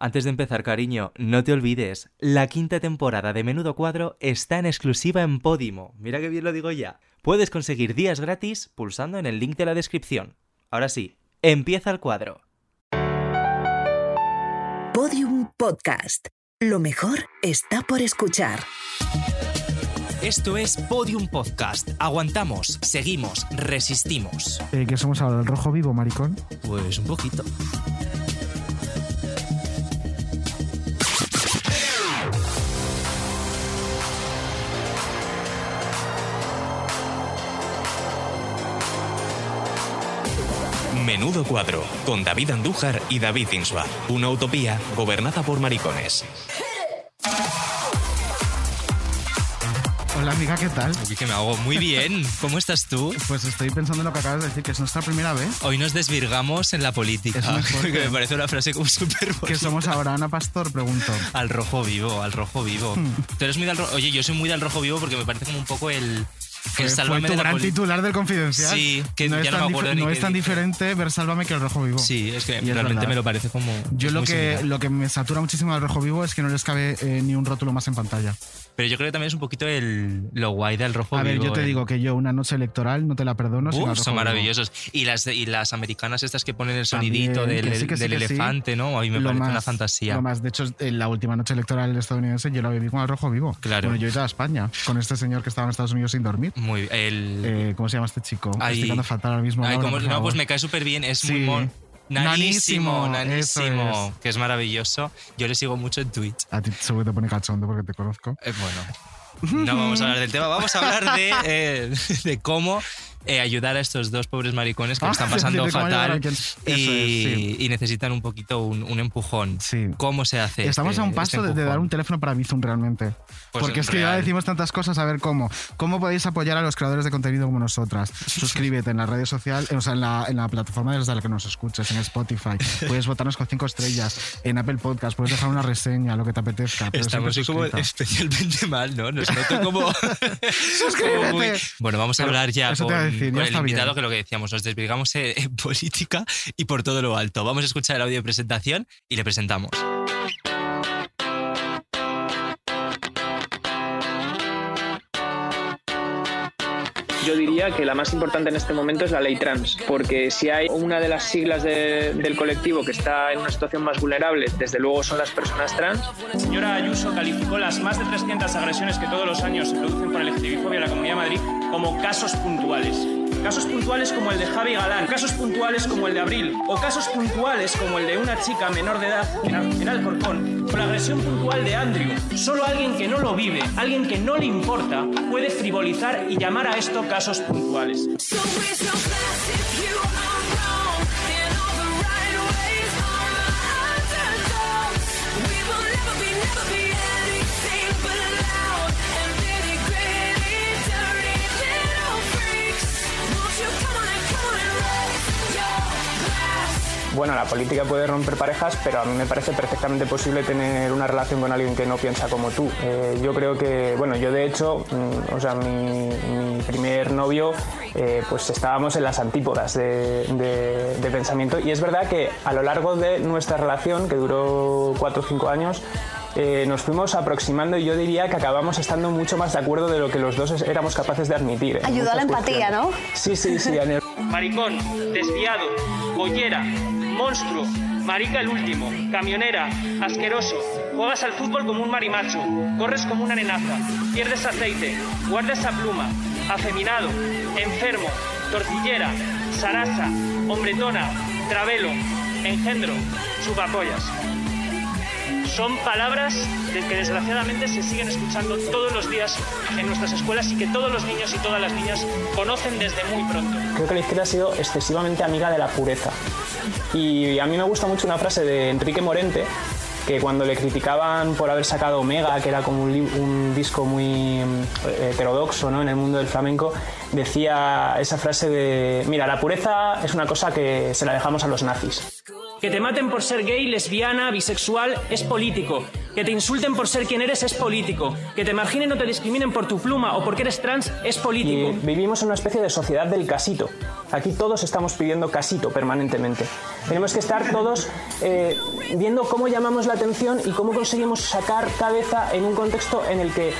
Antes de empezar, cariño, no te olvides, la quinta temporada de Menudo Cuadro está en exclusiva en Podimo. Mira que bien lo digo ya. Puedes conseguir días gratis pulsando en el link de la descripción. Ahora sí, empieza el cuadro. Podium Podcast. Lo mejor está por escuchar. Esto es Podium Podcast. Aguantamos, seguimos, resistimos. Eh, ¿Qué somos ahora? ¿El rojo vivo, maricón? Pues un poquito. Menudo cuadro, con David Andújar y David Insua. Una utopía gobernada por maricones. Hola, amiga, ¿qué tal? Uy, que me hago muy bien. ¿Cómo estás tú? Pues estoy pensando en lo que acabas de decir, que es nuestra primera vez. Hoy nos desvirgamos en la Es política. muy fuerte. que me parece una frase como súper ¿Qué bonita. somos ahora, Ana Pastor? Pregunto. Al rojo vivo, al rojo vivo. Hmm. Tú eres muy del rojo... Oye, yo soy muy del rojo vivo porque me parece como un poco el... Eh, el Fue sálvame tu de la gran poli- titular del Confidencial. Sí, que no ya es no tan, me acuerdo dif- ni no qué es tan dije. diferente ver Sálvame que el Rojo Vivo. Sí, es que Y es realmente verdad. me lo parece como... Yo es lo muy que, similar. lo que me satura muchísimo del Rojo Vivo es que no les cabe eh, ni un rótulo más en pantalla. Pero yo creo que también es un poquito el, lo guay del rojo A vivo. ver, yo te el- digo que yo una noche electoral no te la perdono. sin eh. Uf, el Rojo son Vivo. maravillosos. Y las, y las americanas estas que ponen el También, sonidito del, que sí, que sí, del que sí. elefante, ¿no? A mí me Lo parece una más- fantasía. Lo más, de hecho, en la última noche electoral estadounidense yo la viví con el Rojo Vivo. Claro. Bueno, yo he ido a España con este señor que estaba en Estados Unidos sin dormir. Muy bien. El... Eh, ¿Cómo se llama este chico? Ay. Estoy quedando fatal ahora mismo. Ay, Laura, como- por no, favor. pues me cae súper bien. Es muy Sí. mon... Nanísimo, Nanísimo, eso nanísimo, es. que es maravilloso. Yo le sigo mucho en Twitch. A ti seguro te pone cachondo porque te conozco. Eh, bueno, no vamos a hablar del tema, vamos a hablar de, eh, de cómo eh, ayudar a estos dos pobres maricones que lo Ah, están sí, pasando de cómo ayudar a fatal alguien. Eso y, es, sí. y necesitan un poquito un, un empujón. Sí. ¿Cómo se hace? Estamos este- a un este paso de- de, dar empujón? un teléfono para Bizum realmente. Pues Porque es que ya real. decimos tantas cosas, a ver cómo. ¿Cómo podéis apoyar a los creadores de contenido como nosotras? Suscríbete en la red social, o sea, en la, en la plataforma desde la que nos escuches, en Spotify. Puedes votarnos con cinco estrellas, en Apple Podcast, puedes dejar una reseña, lo que te apetezca. pero Estamos siempre como suscrita. especialmente mal, ¿no? Nos noto como... Suscríbete. como muy- Bueno, vamos a Pero hablar ya eso con, te iba a decir, ya con el está invitado bien. que lo que decíamos, nos desvirgamos eh, en política y por todo lo alto. Vamos a escuchar el audio de presentación y le presentamos. Yo diría que la más importante en este momento es la ley trans, porque si hay una de las siglas de- del colectivo que está en una situación más vulnerable, desde luego son las personas trans. La señora Ayuso calificó las más de 300 agresiones que todos los años se producen por el en la Comunidad de Madrid como casos puntuales. Casos puntuales como el de Javi Galán, casos puntuales como el de Abril, o casos puntuales como el de una chica menor de edad en, Al- en Alcorcón, o la agresión puntual de Andrew. Solo alguien que no lo vive, alguien que no le importa, puede frivolizar y llamar a esto casos puntuales. So raise your glass if you are wrong, and all the right ways are underdogs. We will never be, never be anything but loud and bitty, gritty, dirty little freaks. Won't you come on and come on and raise your glass? Bueno, la política puede romper parejas, pero a mí me parece perfectamente posible tener una relación con alguien que no piensa como tú. Eh, yo creo que, bueno, yo de hecho, mm, o sea, mi, mi primer novio, eh, pues estábamos en las antípodas de, de- de pensamiento. Y es verdad que a lo largo de nuestra relación, que duró cuatro o cinco años, eh, nos fuimos aproximando y yo diría que acabamos estando mucho más de acuerdo de lo que los dos es- éramos capaces de admitir. en Ayudó a la muchas empatía, cuestiones. Sí, sí, sí, en el- Maricón, desviado, collera, monstruo, marica el último, camionera, asqueroso. Juegas al fútbol como un marimacho, corres como una nenaza, pierdes aceite, guardas esa pluma, afeminado, enfermo, tortillera, sarasa, hombretona, travelo, engendro, chupapollas. Son palabras de que desgraciadamente se siguen escuchando todos los días en nuestras escuelas y que todos los niños y todas las niñas conocen desde muy pronto. creo que la izquierda ha sido excesivamente amiga de la pureza. Y a mí me gusta mucho una frase de Enrique Morente, que cuando le criticaban por haber sacado Omega, que era como un, li- un disco muy mm, heterodoxo ¿no? en el mundo del flamenco, decía esa frase de, mira, la pureza es una cosa que se la dejamos a los nazis. Que te maten por ser gay, lesbiana, bisexual es político. Que te insulten por ser quien eres es político. Que te marginen o te discriminen por tu pluma o porque eres trans es político. Y vivimos en una especie de sociedad del casito, Aquí todos estamos pidiendo casito permanentemente. Tenemos que estar todos eh, viendo cómo llamamos la atención y cómo conseguimos sacar cabeza en un contexto en el que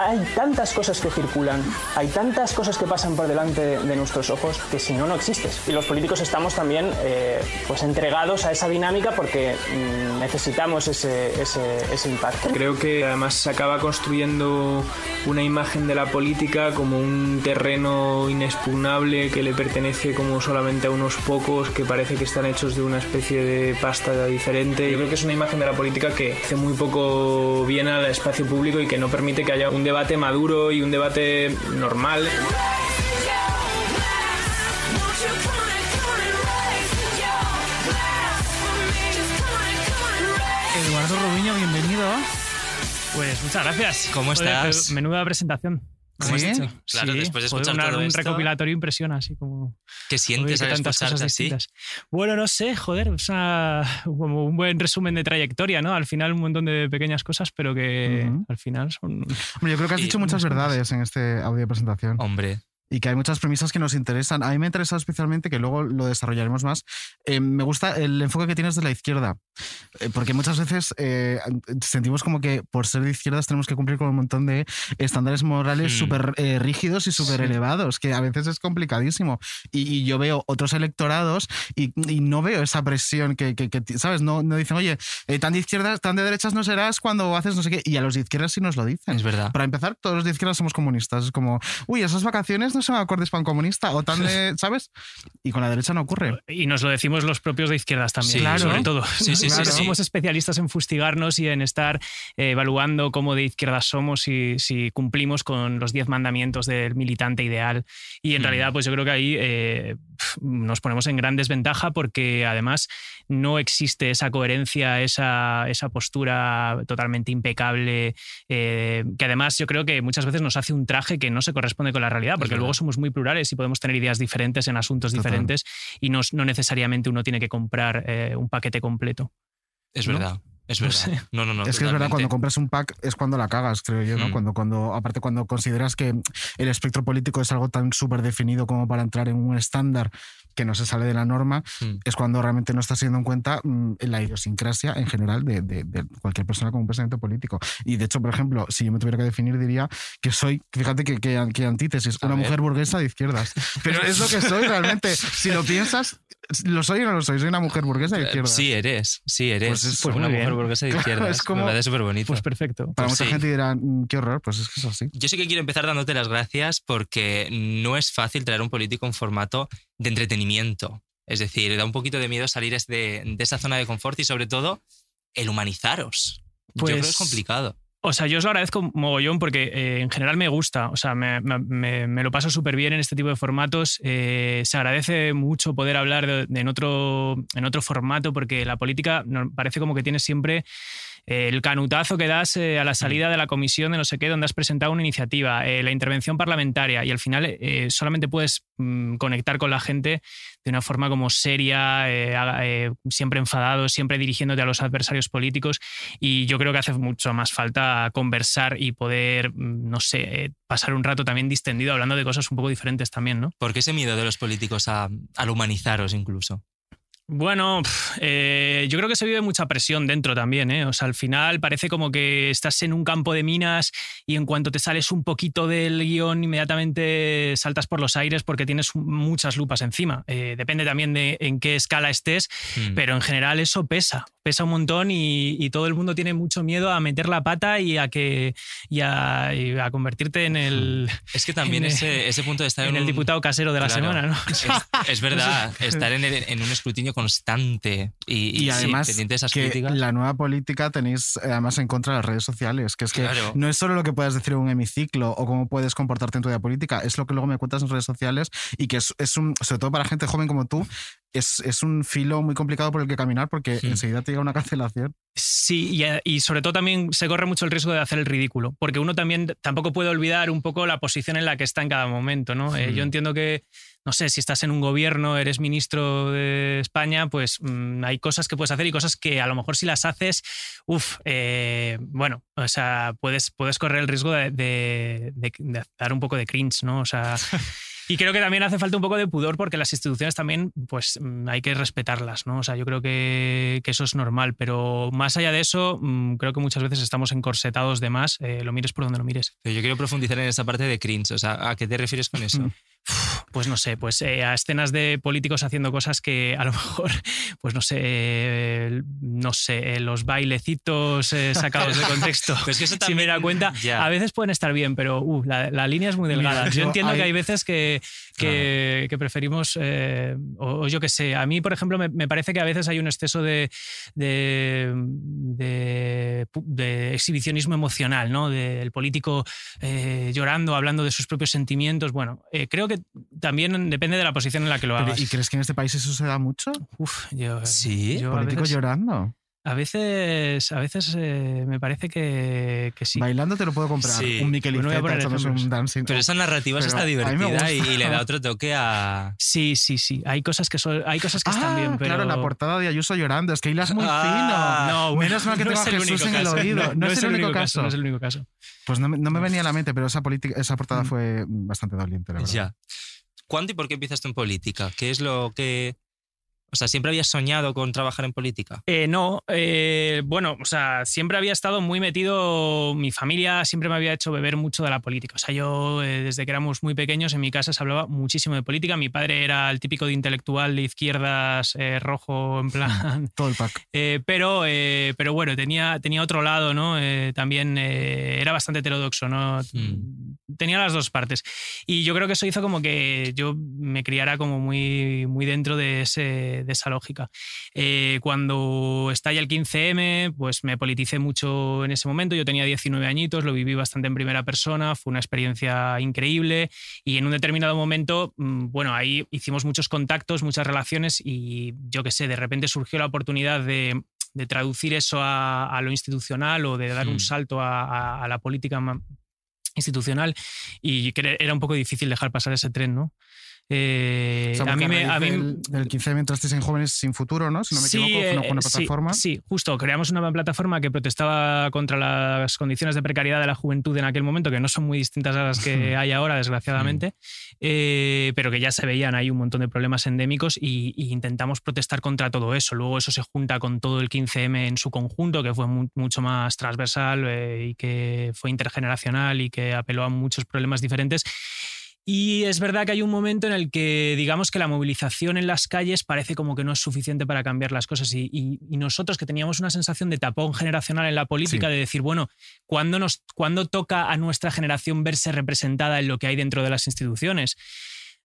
hay tantas cosas que circulan, hay tantas cosas que pasan por delante de, de nuestros ojos que si no, no existes. Y los políticos estamos también eh, pues entregados a esa dinámica porque mm, necesitamos ese, ese- ese impacto. Creo que además se acaba construyendo una imagen de la política como un terreno inexpugnable que le pertenece como solamente a unos pocos, que parece que están hechos de una especie de pasta diferente. Yo creo que es una imagen de la política que hace muy poco bien al espacio público y que no permite que haya un debate maduro y un debate normal. Eduardo Rubiño, bienvenido. Pues muchas gracias. ¿Cómo Joder, estás? pero menuda presentación. ¿Sí? Claro, Sí, después de joder, escuchar una- todo un esto, recopilatorio impresiona, así como... ¿qué sientes Uy, qué al tantas escucharte cosas así? distintas. Bueno, no sé, joder, o sea, como un buen resumen de trayectoria, ¿no? Al final un montón de pequeñas cosas, pero que Ujú. al final son... Hombre, yo creo que has Y- dicho muchas verdades en este audio de presentación. Hombre, y que hay muchas premisas que nos interesan. A mí me ha interesado especialmente, que luego lo desarrollaremos más, eh, me gusta el enfoque que tienes de la izquierda, Eh, porque muchas veces eh, sentimos como que por ser de izquierdas tenemos que cumplir con un montón de estándares morales Mm. súper eh, rígidos y súper elevados, que a veces es complicadísimo. Y, y yo veo otros electorados y, y no veo esa presión que, que- que ti- ¿sabes? No, no dicen, oye, eh, tan de izquierdas, tan de derechas no serás cuando haces no sé qué. Y a los de izquierdas sí nos lo dicen. es verdad. Para empezar, todos los de izquierda somos comunistas. Es como, uy, esas vacaciones no se me acordes pan comunista o tan de, ¿sabes? Y con la derecha no ocurre. Y nos lo decimos los propios de izquierdas Sí, también, Claro. sobre todo. Sí, sí, sí, Nosotros sí. Somos especialistas en fustigarnos y en estar eh, evaluando cómo de izquierdas somos y si cumplimos con los 10 mandamientos del militante ideal. Y en Mm. realidad, pues yo creo que ahí eh, pf, nos ponemos en gran desventaja porque además no existe esa coherencia, esa, esa postura totalmente impecable, eh, que además yo creo que muchas veces nos hace un traje que no se corresponde con la realidad, porque verdad. luego somos muy plurales y podemos tener ideas diferentes en asuntos Total. diferentes y no, no necesariamente uno tiene que comprar eh, un paquete completo. Es ¿No? verdad. Es No verdad. sé. No, no, no. es que es verdad, cuando totalmente. compras un pack es cuando la cagas, creo yo, ¿no? Mm. Cuando, cuando, aparte, cuando consideras que el espectro político es algo tan súper definido como para entrar en un estándar que no se sale de la norma, Mm. es cuando realmente no estás teniendo en cuenta mm, la idiosincrasia en general de, de- de cualquier persona con un pensamiento político. Y de hecho, por ejemplo, si yo me tuviera que definir, diría que soy, fíjate que, que, que antítesis, A una ver. mujer burguesa de izquierdas. Pero es lo que soy realmente. Si lo piensas, ¿lo soy o no lo soy? Soy una mujer burguesa de Eh, izquierdas. Sí eres, sí eres. Pues es- pues una muy mujer bien. burguesa de Claro, izquierdas. es como- Me parece súper bonito. Pues perfecto. Para pues mucha sí. gente dirán, "Mm, qué horror, pues es que es así. Yo sí que quiero empezar dándote las gracias porque no es fácil traer un político en formato de entretenimiento. Es decir, da un poquito de miedo salir es de, de esa zona de confort y sobre todo el humanizaros. Yo creo que es Pues- complicado. O sea, yo os lo agradezco mogollón porque eh, en general me gusta, o sea, me, me- me- me lo paso súper bien en este tipo de formatos. Eh, se agradece mucho poder hablar de- de en, otro, en otro formato porque la política no- parece como que tienes siempre eh, el canutazo que das eh, a la salida de la comisión de no sé qué, donde has presentado una iniciativa, eh, la intervención parlamentaria y al final eh, solamente puedes mm, conectar con la gente de una forma como seria, eh, haga- eh, siempre enfadado, siempre dirigiéndote a los adversarios políticos y yo creo que hace mucho más falta conversar y poder, mm, no sé, eh, pasar un rato también distendido hablando de cosas un poco diferentes también, ¿no? Porque ese miedo de los políticos a, al humanizaros incluso. Bueno, pf, eh, yo creo que se vive mucha presión dentro también, ¿eh? O sea, al final parece como que estás en un campo de minas y en cuanto te sales un poquito del guión, inmediatamente saltas por los aires porque tienes muchas lupas encima. Eh, depende también de en qué escala estés, Mm. Pero en general eso pesa, pesa un montón y, y todo el mundo tiene mucho miedo a meter la pata y a que y a, y a convertirte en el, es que también en, eh, ese, ese punto de estar en, en el un- diputado casero de la Claro. semana, ¿no? Es, es verdad, estar en, el- en un escrutinio constante y, Y, y sí, además, pendiente de esas que críticas. la nueva política tenéis eh, además en contra de las redes sociales, que es que Claro. no es solo lo que puedas decir en un hemiciclo o cómo puedes comportarte en tu vida política, es lo que luego me cuentas en redes sociales y que es, es un, sobre todo para gente joven como tú, es, es un filo muy complicado por el que caminar porque Sí. Hmm. enseguida te llega una cancelación. Sí, y, a- y sobre todo también se corre mucho el riesgo de hacer el ridículo, porque uno también tampoco puede olvidar un poco la posición en la que está en cada momento, ¿no? Eh, yo Mm. entiendo que, no sé, si estás en un gobierno, eres ministro de España, pues mm, hay cosas que puedes hacer y cosas que a lo mejor si las haces, uff, bueno, o sea, puedes, puedes correr el riesgo de, de- de- de dar un poco de cringe, ¿no? O sea... Y creo que también hace falta un poco de pudor porque las instituciones también, pues mm, hay que respetarlas, ¿no? O sea, yo creo que, que eso es normal, pero más allá de eso, mm, creo que muchas veces estamos encorsetados de más, eh, lo mires por donde lo mires. Pero yo quiero profundizar en esa parte de cringe. O sea, ¿a qué te refieres con eso? Mm. Pues no sé, pues eh, a escenas de políticos haciendo cosas que a lo mejor, pues no sé, eh, no sé, eh, los bailecitos eh, sacados de contexto. Pero es que eso si me también- da cuenta, Ya. a veces pueden estar bien, pero uh, la, la línea es muy delgada. Mira, yo yo entiendo que ahí- hay veces que, que, que preferimos, eh, o, o yo qué sé, a mí, por ejemplo, me, me parece que a veces hay un exceso de, de, de pu- de exhibicionismo emocional, ¿no? Del político eh, llorando, hablando de sus propios sentimientos. Bueno, eh, creo que también depende de la posición en la que lo Pero, hagas. ¿Y crees que en este país eso se da mucho? Uf, yo, Sí. yo a Políticos veces, llorando. a veces, a veces eh, me parece que, que sí. Bailando te lo puedo comprar. Sí. Un Miquel Bueno, voy a poner echándose ejemplos. un dancing. Pero esa narrativa Pero está a mí me divertida y, gusta. y le da otro toque a. Sí, sí, sí. Hay cosas que son, hay cosas que están Ah, bien, pero claro, la portada de Ayuso llorando. Es que Hilda es muy Ah, fino. No, bueno, Menos mal que no tengo es a el Jesús único en el caso. oído. No, es, el único, caso. No es el único caso. Pues no, me- no me venía a la mente, pero esa, política- esa Mm. portada fue bastante doliente, la verdad. Ya. ¿Cuándo y por qué empiezas tú en política? ¿Qué es lo que. O sea, ¿siempre habías soñado con trabajar en política? Eh, no, eh, bueno, o sea, siempre había estado muy metido, mi familia siempre me había hecho beber mucho de la política. O sea, yo eh, desde que éramos muy pequeños en mi casa se hablaba muchísimo de política. Mi padre era el típico de intelectual de izquierdas, eh, rojo, en plan, Todo el pack. Eh, pero, eh, pero bueno, tenía, tenía otro lado, ¿no? Eh, también eh, era bastante heterodoxo, ¿no? Tenía las dos partes. Y yo creo que eso hizo como que yo me criara como muy, muy dentro de, ese, de esa lógica. Eh, cuando estalla el 15M, pues me politicé mucho en ese momento. Yo tenía 19 añitos, lo viví bastante en primera persona, fue una experiencia increíble. Y en un determinado momento, mm, bueno, ahí hicimos muchos contactos, muchas relaciones y yo qué sé, de repente surgió la oportunidad de, de traducir eso a, a lo institucional o de dar un Hmm. Sí. salto a, a- a la política ma- institucional y que era un poco difícil dejar pasar ese tren, ¿no? Eh, O sea, a mí porque me... A mí, raíz del, del 15 mientras estés en Jóvenes Sin Futuro, ¿no? Si no me equivoco, fue eh, una, fue una sí, plataforma. Sí, justo. Creamos una plataforma que protestaba contra las condiciones de precariedad de la juventud en aquel momento, que no son muy distintas a las que hay ahora, desgraciadamente, eh, pero que ya se veían ahí un montón de problemas endémicos y, y intentamos protestar contra todo eso. Luego eso se junta con todo el 15M en su conjunto, que fue mu- mucho más transversal eh, y que fue intergeneracional y que apeló a muchos problemas diferentes. Y es verdad que hay un momento en el que, digamos, que la movilización en las calles parece como que no es suficiente para cambiar las cosas. Y, y- y nosotros que teníamos una sensación de tapón generacional en la política, Sí. de decir, bueno, ¿cuándo, nos, ¿cuándo toca a nuestra generación verse representada en lo que hay dentro de las instituciones?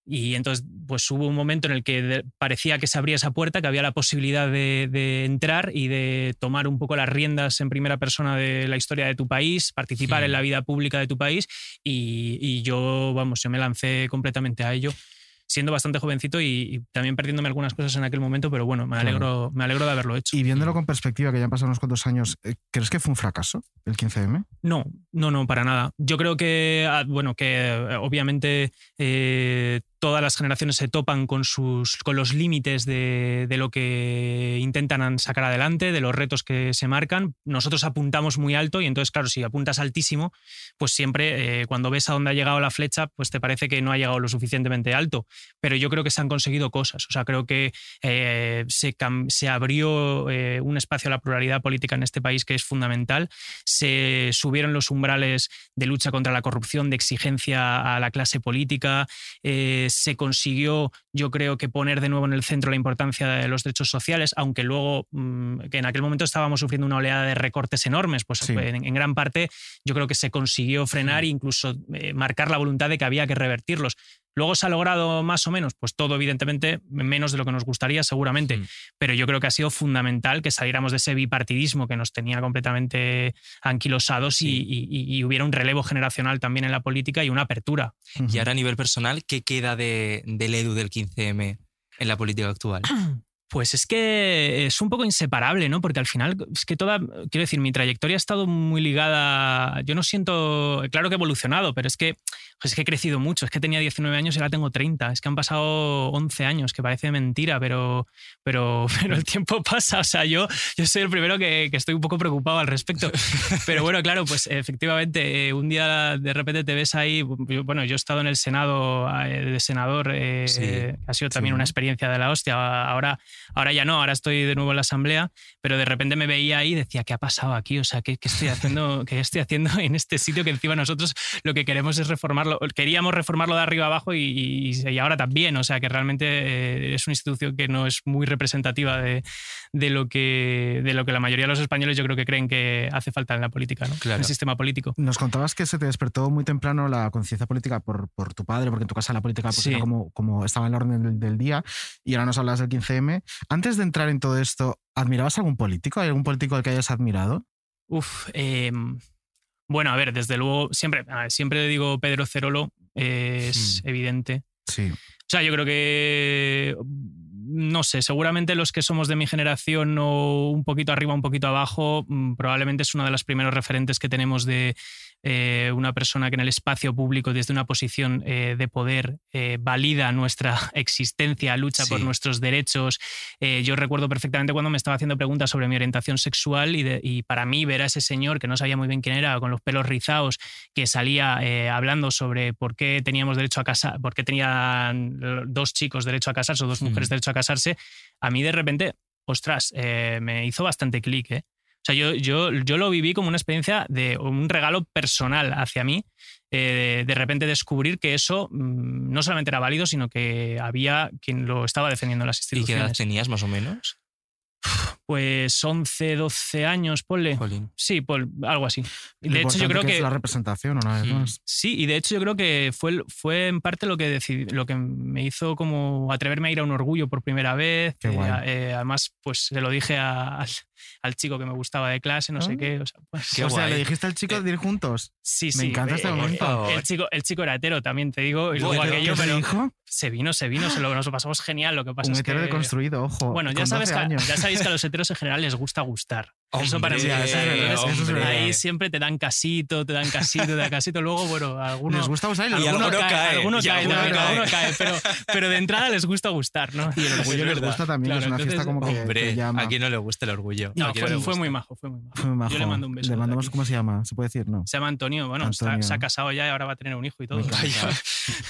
Y entonces, pues hubo un momento en el que de- parecía que se abría esa puerta, que había la posibilidad de, de entrar y de tomar un poco las riendas en primera persona de la historia de tu país, participar Sí. en la vida pública de tu país. Y, y yo, vamos, yo me lancé completamente a ello, siendo bastante jovencito y, y también perdiéndome algunas cosas en aquel momento, pero bueno, me Claro. alegro, me alegro de haberlo hecho. Y viéndolo con perspectiva, que ya han pasado unos cuantos años, eh, ¿crees que fue un fracaso el 15M? No, no, no, para nada. Yo creo que, ah, bueno, que eh, obviamente eh, todas las generaciones se topan con, sus, con los límites de, de lo que intentan sacar adelante, de los retos que se marcan. Nosotros apuntamos muy alto y entonces, claro, si apuntas altísimo, pues siempre eh, cuando ves a dónde ha llegado la flecha, pues te parece que no ha llegado lo suficientemente alto. Pero yo creo que se han conseguido cosas. O sea, creo que eh, se, cam- se abrió eh, un espacio a la pluralidad política en este país que es fundamental se subieron los umbrales de lucha contra la corrupción, de exigencia a la clase política, eh, se consiguió, yo creo que poner de nuevo en el centro la importancia de los derechos sociales, aunque luego, mm, que en aquel momento estábamos sufriendo una oleada de recortes enormes, pues Sí. en, en gran parte yo creo que se consiguió frenar e incluso eh, marcar la voluntad de que había que revertirlos. Luego se ha logrado más o menos, pues todo evidentemente menos de lo que nos gustaría seguramente, Mm. pero yo creo que ha sido fundamental que saliéramos de ese bipartidismo que nos tenía completamente anquilosados y- Sí. y, y- y hubiera un relevo generacional también en la política y una apertura. Ah, Y ahora a nivel personal, ¿qué queda de, del Edu del 15M en la política actual? Pues es que es un poco inseparable, ¿no? Porque al final es que toda, quiero decir, mi trayectoria ha estado muy ligada, yo no siento, claro que he evolucionado, pero es que, pues es que he crecido mucho, es que tenía 19 años y ahora tengo 30, es que han pasado 11 años, que parece mentira, pero, pero, pero el tiempo pasa, o sea, yo, yo soy el primero que, que estoy un poco preocupado al respecto, pero bueno, claro, pues efectivamente, eh, un día de repente te ves ahí, yo- bueno, yo he estado en el Senado, eh, de senador, eh, Sí, que ha sido también sí. una experiencia de la hostia, ahora Ahora ya no, ahora estoy de nuevo en la asamblea, pero de repente me veía ahí y decía, ¿qué ha pasado aquí? O sea, ¿qué, qué estoy, haciendo, ¿qué estoy haciendo en este sitio que encima nosotros lo que queremos es reformarlo? Queríamos reformarlo de arriba abajo y, y- y ahora también, o sea, que realmente eh, es una institución que no es muy representativa de, de lo que, de lo que la mayoría de los españoles yo creo que creen que hace falta en la política, ¿no? Claro. en el sistema político. Nos contabas que se te despertó muy temprano la conciencia política por, por tu padre, porque en tu casa la política pues, Sí. era como, como estaba en la orden del, del día, y ahora nos hablas del 15M. Antes de entrar en todo esto, ¿admirabas a algún político? ¿Hay algún político al que hayas admirado? Uf, em, bueno, a ver, desde luego, siempre, a ver, siempre digo Pedro Cerolo, eh, es Hmm. evidente. Sí. O sea, yo creo que. mm, No sé, seguramente los que somos de mi generación o un poquito arriba, un poquito abajo, mm, probablemente es uno de los primeros referentes que tenemos de eh, una persona que en el espacio público, desde una posición eh, de poder, eh, valida nuestra existencia, lucha por Sí. nuestros derechos. Eh, yo recuerdo perfectamente cuando me estaba haciendo preguntas sobre mi orientación sexual y, de- y para mí ver a ese señor que no sabía muy bien quién era, con los pelos rizados, que salía eh, hablando sobre por qué teníamos derecho a casar, por qué tenían lo- dos chicos derecho a casarse o dos mujeres Mm. derecho a casarse, a mí de repente, ostras, eh, me hizo bastante clic. ¿eh? O sea, yo, yo, yo lo viví como una experiencia de un regalo personal hacia mí. eh, de, de repente descubrir que eso mm, no solamente era válido, sino que había quien lo estaba defendiendo en las ¿Y qué instituciones. edad tenías más o menos? Pues 11, 12 años, Eh, ponle. Jolín. Sí, pol- algo así. Lo De hecho, yo importante creo que. Es la representación, una vez Mm. más. Sí, y de hecho yo creo que fue, el- fue en parte lo que decidí, lo que me hizo como atreverme a ir a un orgullo por primera vez. Qué Eh, guay. a- eh, además, pues se lo dije a- al, al chico que me gustaba de clase, no sé Ah. qué. o sea, pues- Qué o sea, guay. le dijiste al chico de ir juntos. sí, me sí. eh, encanta este momento. el, chico, el chico era hetero también, te pues digo. Y Bueno, luego pero aquello, ¿Qué te pero dijo? se vino, se vino, se lo, nos lo pasamos genial. Lo que pasa Un es hetero que. deconstruido, ojo. Bueno, ya, con sabes 12 que, años. ya sabéis que a los heteros en general les gusta gustar. eso para ¿eh? mí Hombre, eso es verdad, eso es hombre. verdad. Ahí siempre te dan casito, te dan casito, te dan casito. Luego, bueno, algunos Les gusta usar el Y orgullo. alguno alguno cae, cae, alguno y cae, alguno también, cae. alguno cae, pero, pero de entrada les gusta gustar, ¿no? Y el orgullo les verdad. gusta también, que Claro, es una fiesta entonces- como que, Hombre, que llama. a quien no le gusta el orgullo. ¿A No, quién le fue, fue gusta? muy majo, fue muy majo. Fue muy Yo le majo. mando un beso. Le desde mandamos, aquí. ¿cómo se llama? ¿Se puede decir? No. Se llama Antonio, bueno, está, Antonio. se ha casado ya y ahora va a tener un hijo y todo. Me encanta. Vaya,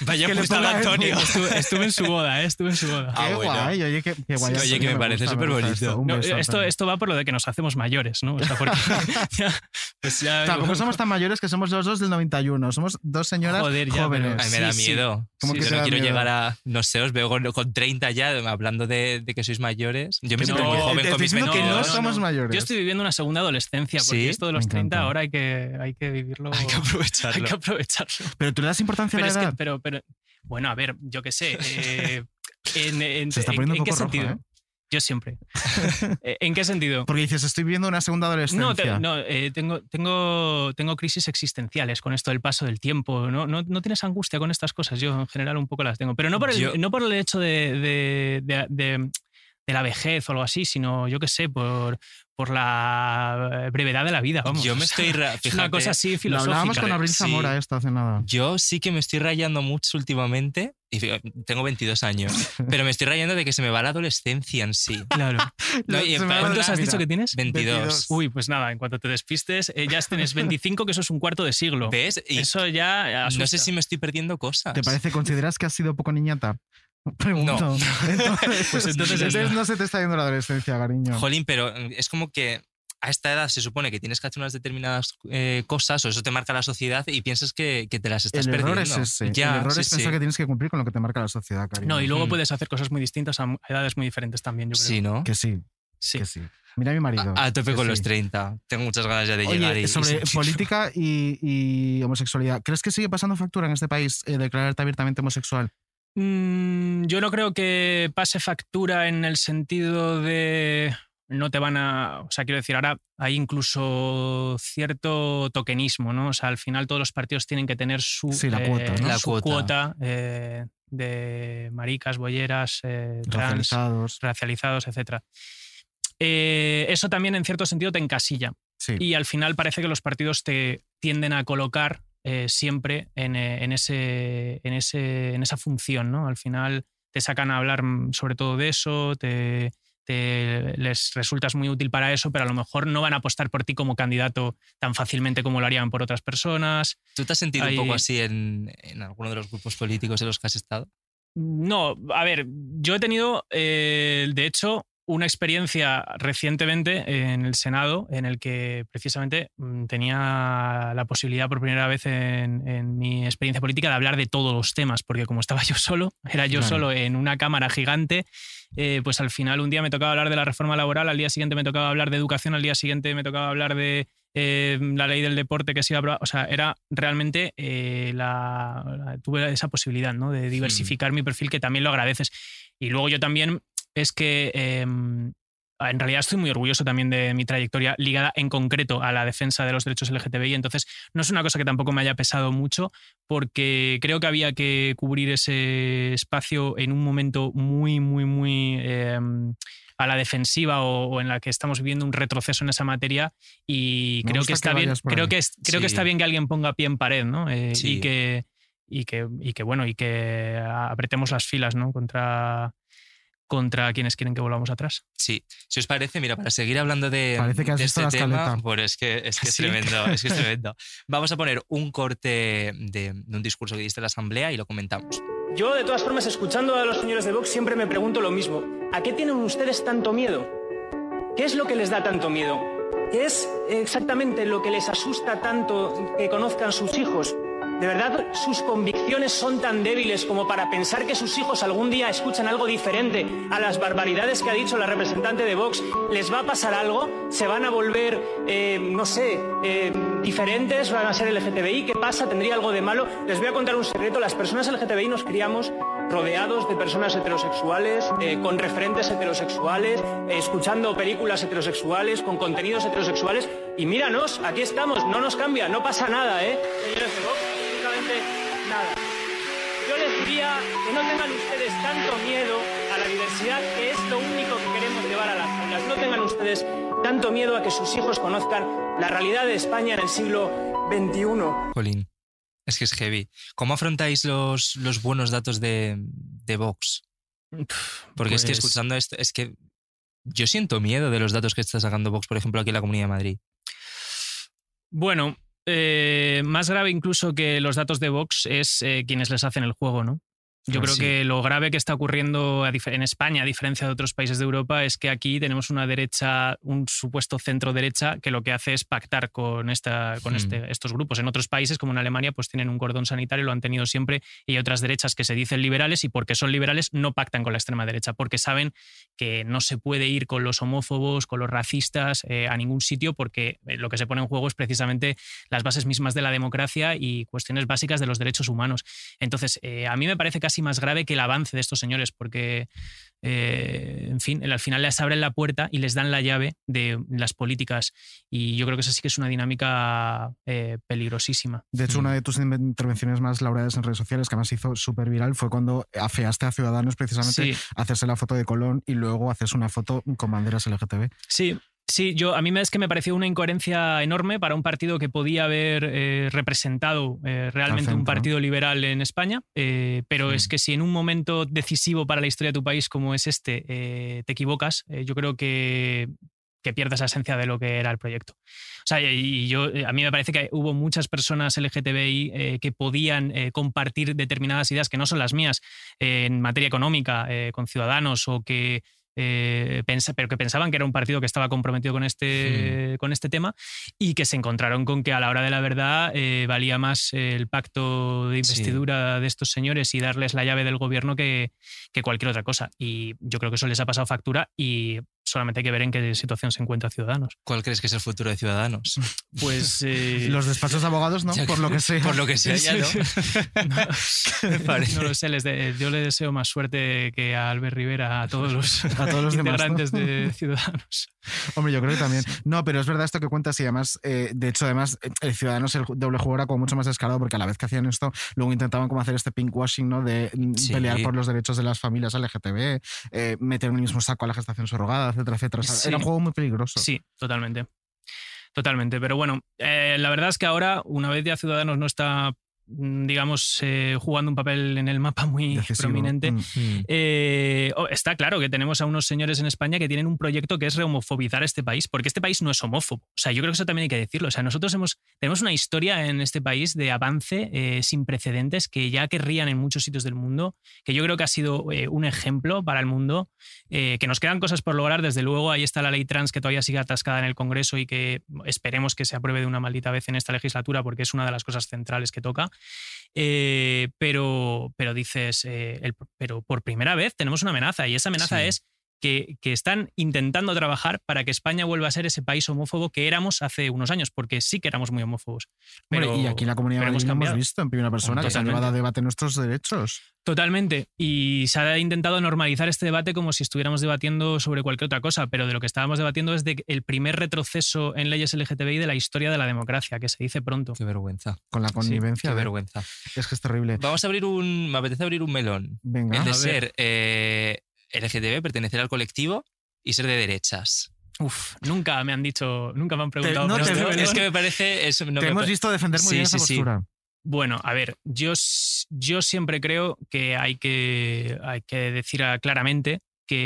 vaya Que le putada, ponga el Antonio. Estuve, estuve en su boda, ¿eh? Estuve en su boda. Qué Ah, bueno. guay, oye, qué, qué guay. Sí, oye, Antonio, que me parece gusta, superbonito. gusta esto. Un No, beso, esto, Antonio. esto va por lo de que nos hacemos mayores, ¿no? O sea, porque ya, pues ya- Tampoco somos tan mayores que somos los dos del 91. Somos dos señoras Joder, ya, jóvenes. pero- Ay, me Sí, da sí. miedo. ¿Cómo Sí, que Yo te no da quiero miedo? llegar a, no sé, os veo con, con 30 ya, hablando de, de que sois mayores. Yo me No, siento muy te- joven te con mis estoy diciendo que 22. no somos mayores. Yo estoy viviendo una segunda adolescencia, porque Sí, esto de me los 30 encanta. ahora hay que, hay que vivirlo. Hay que hay aprovecharlo. que aprovecharlo. Pero tú le das importancia Pero a es la que, edad. pero, pero, bueno, a ver, yo qué sé. eh, en, en- Se está en- poniendo un ¿en qué poco rojo, sentido? ¿eh? Yo siempre. Eh, ¿En qué sentido? Porque dices, estoy viviendo una segunda adolescencia. No, te- no eh, tengo, tengo, tengo crisis existenciales con esto del paso del tiempo. No, no, no tienes angustia con estas cosas. Yo en general un poco las tengo. Pero no por el, Yo- no por el hecho de, de- de- de- de la vejez o algo así, sino yo qué sé, por, por la eh, brevedad de la vida. Vamos. Yo me O sea, estoy... ra- es Fíjate, una cosa así Lo filosófica. hablábamos con Abril Sí. Zamora esto hace nada. Yo sí que me estoy rayando mucho últimamente. Y fíjate, tengo 22 años. pero me estoy rayando de que se me va la adolescencia en sí. Claro. No, y Se en me va plan, la- ¿Cuántos has mira, dicho que tienes? 22. Uy, pues nada, en cuanto te despistes, eh, ya tienes 25, que eso es un cuarto de siglo. ¿Ves? Y Eso ya. no asusta. sé si me estoy perdiendo cosas. ¿Te parece, consideras que has sido poco niñata? Pregunto. No. Entonces, Pues entonces entonces no. no se te está yendo la adolescencia, cariño. Jolín, pero mm, es como que a esta edad se supone que tienes que hacer unas determinadas eh, cosas o eso te marca la sociedad y piensas que, que te las estás el error perdiendo. es ese. Ya, el error sí, es pensar sí. que tienes que cumplir con lo que te marca la sociedad, cariño. No, y luego Mm. puedes hacer cosas muy distintas a edades muy diferentes también, yo creo. Sí, ¿no? Que sí, Sí. que sí. Mira a mi marido. A, a tope que con sí. los 30. Tengo muchas ganas ya de llegar. Oye, y- sobre y- política y, y homosexualidad, ¿crees que sigue pasando factura en este país eh, declararte abiertamente homosexual? Mm, yo no creo que pase factura en el sentido de no te van a, o sea, quiero decir, ahora hay incluso cierto tokenismo, ¿no? O sea, al final todos los partidos tienen que tener su, Sí, la cuota, ¿no? La su cuota. cuota, eh, de maricas, bolleras, eh, trans, Racializados. racializados, etc. eso también en cierto sentido te encasilla Sí. y al final parece que los partidos te tienden a colocar eh, siempre en, eh, en ese, en, ese, en esa función, ¿no? Al final te sacan a hablar mm, sobre todo de eso, te, te- les resultas muy útil para eso, pero a lo mejor no van a apostar por ti como candidato tan fácilmente como lo harían por otras personas. ¿Tú te has sentido Ahí- un poco así en, en alguno de los grupos políticos en los que has estado? No, a ver, yo he tenido, eh, de hecho, una experiencia recientemente en el Senado en el que precisamente mm, tenía la posibilidad por primera vez en, en mi experiencia política de hablar de todos los temas, porque como estaba yo solo, era yo Claro. solo en una cámara gigante, eh, pues al final un día me tocaba hablar de la reforma laboral, al día siguiente me tocaba hablar de educación, al día siguiente me tocaba hablar de eh, la ley del deporte que se iba a aprobar. O sea, era realmente eh, la, la- tuve esa posibilidad ¿no? de diversificar mi perfil, que también lo agradeces. Y luego yo también es que eh, en realidad estoy muy orgulloso también de mi trayectoria ligada en concreto a la defensa de los derechos LGTBI. Entonces, no es una cosa que tampoco me haya pesado mucho, porque creo que había que cubrir ese espacio en un momento muy, muy, muy eh, a la defensiva o, o en la que estamos viviendo un retroceso en esa materia. Y Me creo gusta que está que bien. vayas por Creo ahí. que, es- creo que Sí. está bien que alguien ponga pie en pared, ¿no? Eh, Sí. Y que. Y que, y que bueno, y que apretemos las filas, ¿no? Contra, contra quienes quieren que volvamos atrás. Sí, si os parece, mira, para seguir hablando de, Parece que has de visto este la tema, escaleta. pues es que es, que es Sí. tremendo, es que es tremendo. Vamos a poner un corte de, de un discurso que diste en la asamblea y lo comentamos. Yo, de todas formas, escuchando a los señores de Vox, siempre me pregunto lo mismo. ¿A qué tienen ustedes tanto miedo? ¿Qué es lo que les da tanto miedo? ¿Qué es exactamente lo que les asusta tanto que conozcan sus hijos? ¿De verdad sus convicciones son tan débiles como para pensar que sus hijos algún día escuchan algo diferente a las barbaridades que ha dicho la representante de Vox? ¿Les va a pasar algo? ¿Se van a volver, eh, no sé, eh, diferentes? ¿Van a ser LGTBI? ¿Qué pasa? ¿Tendría algo de malo? Les voy a contar un secreto. Las personas LGTBI nos criamos rodeados de personas heterosexuales, eh, con referentes heterosexuales, eh, escuchando películas heterosexuales, con contenidos heterosexuales. Y míranos, aquí estamos, no nos cambia, no pasa nada, ¿eh? Señores de Vox, absolutamente nada. Yo les diría que no tengan ustedes tanto miedo a la diversidad, que es lo único que queremos llevar a las aulas. No tengan ustedes tanto miedo a que sus hijos conozcan la realidad de España en el siglo XXI. Jolín, es que es heavy. ¿Cómo afrontáis los, los buenos datos de, de Vox? Porque es que Pues- escuchando esto, es que yo siento miedo de los datos que está sacando Vox, por ejemplo, aquí en la Comunidad de Madrid. Bueno, eh, más grave incluso que los datos de Vox es eh, quienes les hacen el juego, ¿no? Yo Ah, creo sí. que lo grave que está ocurriendo a dif- en España, a diferencia de otros países de Europa, es que aquí tenemos una derecha, un supuesto centro derecha, que lo que hace es pactar con, esta, con Hmm. este- estos grupos. En otros países, como en Alemania, pues tienen un cordón sanitario, lo han tenido siempre, y hay otras derechas que se dicen liberales y porque son liberales no pactan con la extrema derecha, porque saben que no se puede ir con los homófobos, con los racistas, eh, a ningún sitio, porque eh, lo que se pone en juego es precisamente las bases mismas de la democracia y cuestiones básicas de los derechos humanos. Entonces, eh, a mí me parece casi más grave que el avance de estos señores, porque, eh, en fin, el- al final les abren la puerta y les dan la llave de las políticas. Y yo creo que esa sí que es una dinámica eh, peligrosísima. De hecho, Mm. una de tus inven- intervenciones más laureadas en redes sociales, que además se hizo súper viral, fue cuando afeaste a Ciudadanos precisamente Sí. a hacerse la foto de Colón y luego haces una foto con banderas LGTB. Sí, sí, yo a mí me- es que me pareció una incoherencia enorme para un partido que podía haber eh, representado eh, realmente Al centro, un ¿no? partido liberal en España, eh, pero Sí. es que si en un momento decisivo para la historia de tu país como es este eh, te equivocas, eh, yo creo que que pierdas la esencia de lo que era el proyecto. O sea, y yo, eh, a mí me parece que hubo muchas personas LGTBI eh, que podían eh, compartir determinadas ideas que no son las mías eh, en materia económica eh, con ciudadanos o que eh, pensa- pero que pensaban que era un partido que estaba comprometido con este, con este tema y que se encontraron con que a la hora de la verdad eh, valía más el pacto de Sí. investidura de estos señores y darles la llave del gobierno que, que cualquier otra cosa. Y yo creo que eso les ha pasado factura y solamente hay que ver en qué situación se encuentra Ciudadanos. ¿Cuál crees que es el futuro de Ciudadanos? Pues eh, Los despachos de abogados, ¿no? Ya Por lo que sea. Por lo que sea, ya, ¿no? Me parece. no lo sé, les de- yo le deseo más suerte que a Albert Rivera, a todos los, A todos los demás, ¿no? integrantes de Ciudadanos. Hombre, yo creo que también. No, pero es verdad esto que cuentas y además, eh, de hecho, además, eh, el Ciudadanos, el doble juego era como mucho más descarado porque a la vez que hacían esto, luego intentaban como hacer este pinkwashing, ¿no? De mm, Sí. pelear por los derechos de las familias LGTB, eh, meter en el mismo saco a la gestación subrogada, etcétera, etcétera. O sea, Sí. Era un juego muy peligroso. Sí, totalmente. Totalmente. Pero bueno, eh, la verdad es que ahora, una vez ya Ciudadanos no está, mm, digamos, eh, jugando un papel en el mapa muy Decisivo. prominente, Mm. Eh, oh, está claro que tenemos a unos señores en España que tienen un proyecto que es rehomofobizar este país, porque este país no es homófobo. O sea, yo creo que eso también hay que decirlo. O sea, nosotros hemos, tenemos una historia en este país de avance eh, sin precedentes que ya querrían en muchos sitios del mundo, que yo creo que ha sido eh, un ejemplo para el mundo, eh, que nos quedan cosas por lograr. Desde luego, ahí está la ley trans que todavía sigue atascada en el Congreso y que esperemos que se apruebe de una maldita vez en esta legislatura, porque es una de las cosas centrales que toca. Eh, pero, pero dices, eh, el- pero por primera vez tenemos una amenaza y esa amenaza Sí. es que, que están intentando trabajar para que España vuelva a ser ese país homófobo que éramos hace unos años, porque sí que éramos muy homófobos. Hombre, Pero, y aquí en la comunidad de pero hemos Madrid lo hemos cambiado. visto en primera persona que se han Totalmente. llevado a debate nuestros derechos. Totalmente. Y se ha intentado normalizar este debate como si estuviéramos debatiendo sobre cualquier otra cosa, pero de lo que estábamos debatiendo es de el primer retroceso en leyes LGTBI de la historia de la democracia, que se dice pronto. Qué vergüenza. Con la connivencia. Qué de- vergüenza. es que es terrible. Vamos a abrir un. Me apetece abrir un melón. Venga. el de Ah, a ser ver. eh, LGTB, pertenecer al colectivo y ser de derechas. Uf, nunca me han dicho, nunca me han preguntado. no, por te- este veo- melón. es que me parece. es- no Ah, Te me hemos pa- visto defender muy Sí, bien esa sí, sí. postura. Bueno, a ver, yo, s- yo siempre creo que hay, que hay que decir a- claramente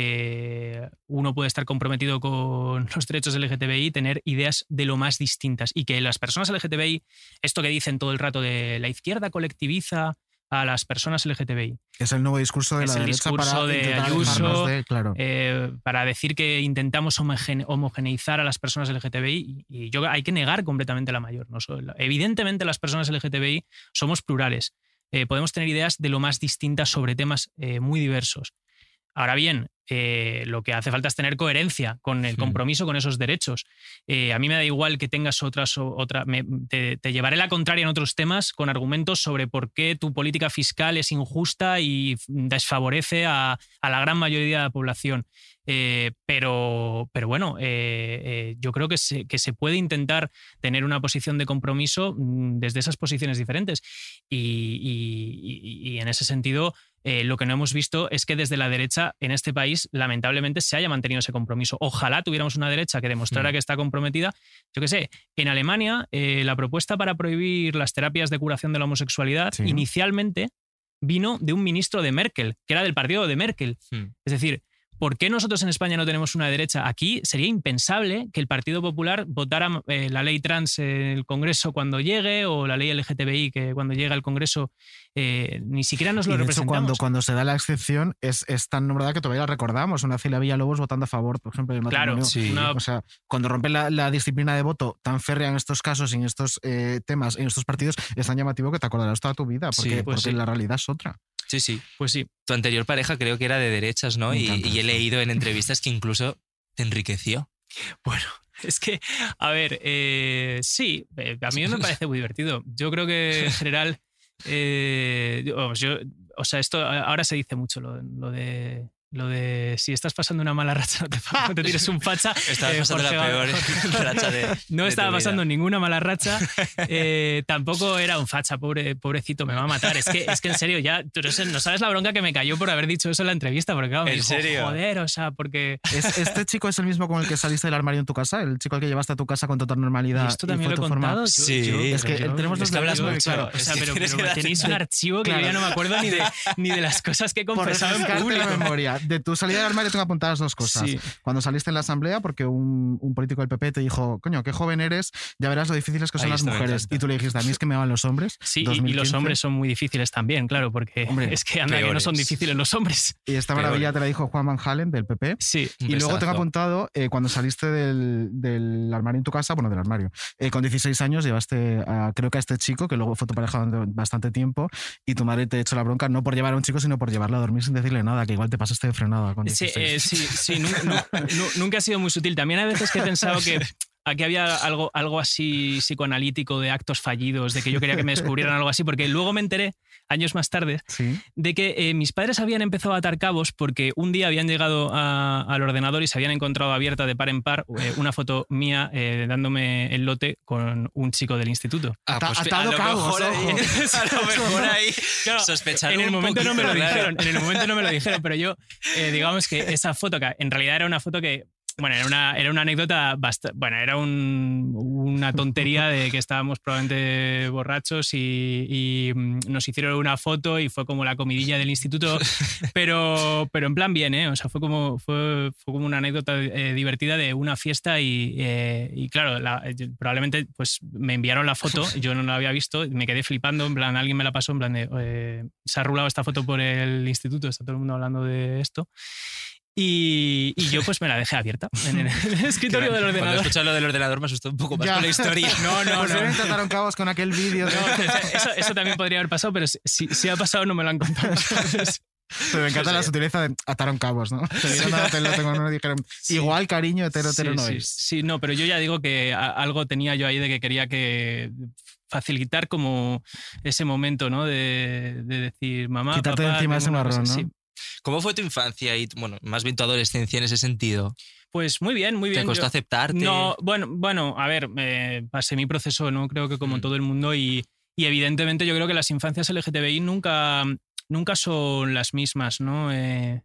que uno puede estar comprometido con los derechos LGTBI y tener ideas de lo más distintas. Y que las personas LGTBI, esto que dicen todo el rato de la izquierda colectiviza a las personas LGTBI, Es el nuevo discurso de Es la el derecha discurso para de intentar Ayuso, alejarnos de- claro. eh, para decir que intentamos homogene- homogeneizar a las personas LGTBI y y yo hay que negar completamente la mayor. ¿no? So- la- Evidentemente las personas LGTBI somos plurales. Eh, podemos tener ideas de lo más distintas sobre temas eh, muy diversos. Ahora bien, eh, lo que hace falta es tener coherencia con el Sí. compromiso con esos derechos. Eh, a mí me da igual que tengas otras o- otra. me- te, te llevaré la contraria en otros temas con argumentos sobre por qué tu política fiscal es injusta y desfavorece a, a la gran mayoría de la población. Eh, pero, pero bueno, eh, eh, yo creo que se, que se puede intentar tener una posición de compromiso mm, desde esas posiciones diferentes. Y, y- y- y en ese sentido, eh, lo que no hemos visto es que desde la derecha en este país, lamentablemente, se haya mantenido ese compromiso. Ojalá tuviéramos una derecha que demostrara Mm. que está comprometida. Yo qué sé, en Alemania, eh, la propuesta para prohibir las terapias de curación de la homosexualidad Sí. inicialmente vino de un ministro de Merkel, que era del partido de Merkel. Hmm. Es decir, ¿por qué nosotros en España no tenemos una derecha? Aquí sería impensable que el Partido Popular votara eh, la ley trans en el Congreso cuando llegue o la ley LGTBI que cuando llega al Congreso eh, ni siquiera nos Y lo de hecho, representamos. cuando, cuando se da la excepción, es, es tan nombrada que todavía la recordamos. Una Celia Villalobos votando a favor, por ejemplo, del matrimonio. Claro, Sí. una- O sea, cuando rompen la, la disciplina de voto tan férrea en estos casos, y en estos eh, temas, en estos partidos, es tan llamativo que te acordarás toda tu vida, porque, Sí, pues porque sí. la realidad es otra. Sí, sí. pues sí, Tu anterior pareja creo que era de derechas, ¿no? Me Y, encanta y he eso. leído en entrevistas que incluso te enriqueció. Bueno, es que, a ver, eh, sí, eh, a mí me parece muy divertido. Yo creo que en general, eh, yo- vamos, yo- o sea, esto a- ahora se dice mucho lo, lo de... Lo de si estás pasando una mala racha, no te, no te tires un facha. Estabas Eh, pasando la Jorge Gal- peor racha de. de tu No estaba vida. pasando ninguna mala racha. eh, tampoco era un facha, pobre, pobrecito, me va a matar. Es que, es que en serio, ya tú no, sé- no sabes la bronca que me cayó por haber dicho eso en la entrevista, porque claro, me ¿En dijo, serio? joder, o sea, porque. Es- este chico es el mismo con el que saliste del armario en tu casa, el chico al que llevaste a tu casa con total normalidad. Y esto y también fue lo tu he forma- contado. Yo- Sí. yo- Es que yo- tenemos Es dos que hablas videos, mucho. claro. O sea, Es que pero, tienes pero que tenéis un darte- archivo que Claro. yo ya no me acuerdo ni de, ni de las cosas que he Por confesado en refrescarte la público. memoria. De tu salida del armario tengo apuntadas dos cosas. Sí. Cuando saliste en la asamblea, porque un, un político del PP te dijo, coño, qué joven eres, ya verás lo difíciles que son Ahí las está, me mujeres. encanta. Y tú le dijiste, a mí es que me van los hombres. Sí, y- y, 2015. los hombres son muy difíciles también, claro, porque Hombre, es que anda que no son peores. difíciles los hombres. Y esta maravilla Peor. te la dijo Juan Van Halen del PP. Sí, Un Y luego besazo. tengo apuntado eh, cuando saliste del, del armario en tu casa, bueno, del armario, eh, con 16 años llevaste, a, creo que a este chico, que luego fue tu pareja durante bastante tiempo, y tu madre te echó la bronca, no por llevar a un chico, sino por llevarlo a dormir sin decirle nada, que igual te pasaste de de frenada con Sí, 16. eh, sí, sí, nun- nu- nu- nunca ha sido muy sutil. También hay veces que he pensado que aquí había algo, algo así psicoanalítico de actos fallidos, de que yo quería que me descubrieran algo así, porque luego me enteré, años más tarde, Sí. de que eh, mis padres habían empezado a atar cabos porque un día habían llegado a- al ordenador y se habían encontrado abierta de par en par eh, una foto mía eh, dándome el lote con un chico del instituto. Ah, Ata- pues, atado a lo cabos, mejor ahí, a lo mejor ahí Claro, sospecharon en el un momento no me lo poquito, claro. dijeron, en el momento no me lo dijeron, pero yo, eh, digamos que esa foto, que en realidad era una foto que, bueno, era una, era una anécdota, bast- bueno, era un- una tontería de que estábamos probablemente borrachos y, y, mm, nos hicieron una foto y fue como la comidilla del instituto, pero, pero en plan bien, ¿eh? O sea, fue como, fue, fue como una anécdota eh, divertida de una fiesta y, eh, y claro, la- eh, probablemente pues me enviaron la foto, yo no la había visto, me quedé flipando, en plan, alguien me la pasó, en plan de, eh, se ha rulado esta foto por el instituto, está todo el mundo hablando de esto. Y, y yo pues me la dejé abierta en el, en el escritorio del Cuando he ordenador. escuchado lo del ordenador me asustó un poco más Ya. con la historia. No, no, Pues no. deben tratar a cabos con aquel vídeo. de- No, eso, eso también podría haber pasado, pero si, si- si ha pasado no me lo han contado. entonces- Pero me encanta la sutileza de ataron cabos, ¿no? Te dieron a la tele, tengo uno y dijeron, igual cariño, hetero, hetero sí, no sí, es. sí, no, pero yo ya digo que a- algo tenía yo ahí de que quería que facilitar como ese momento, ¿no? De, de decir, mamá, Quitarte de papá, encima tengo ese una marrón, cosa ¿no? así. ¿Cómo fue tu infancia y, bueno, más bien tu adolescencia en ese sentido? Pues muy bien, muy bien. ¿Te costó yo- aceptarte? No, bueno, bueno, a ver, eh, pasé mi proceso, ¿no? Creo que como Mm. todo el mundo y, y evidentemente yo creo que las infancias LGTBI nunca, nunca son las mismas, ¿no? Eh,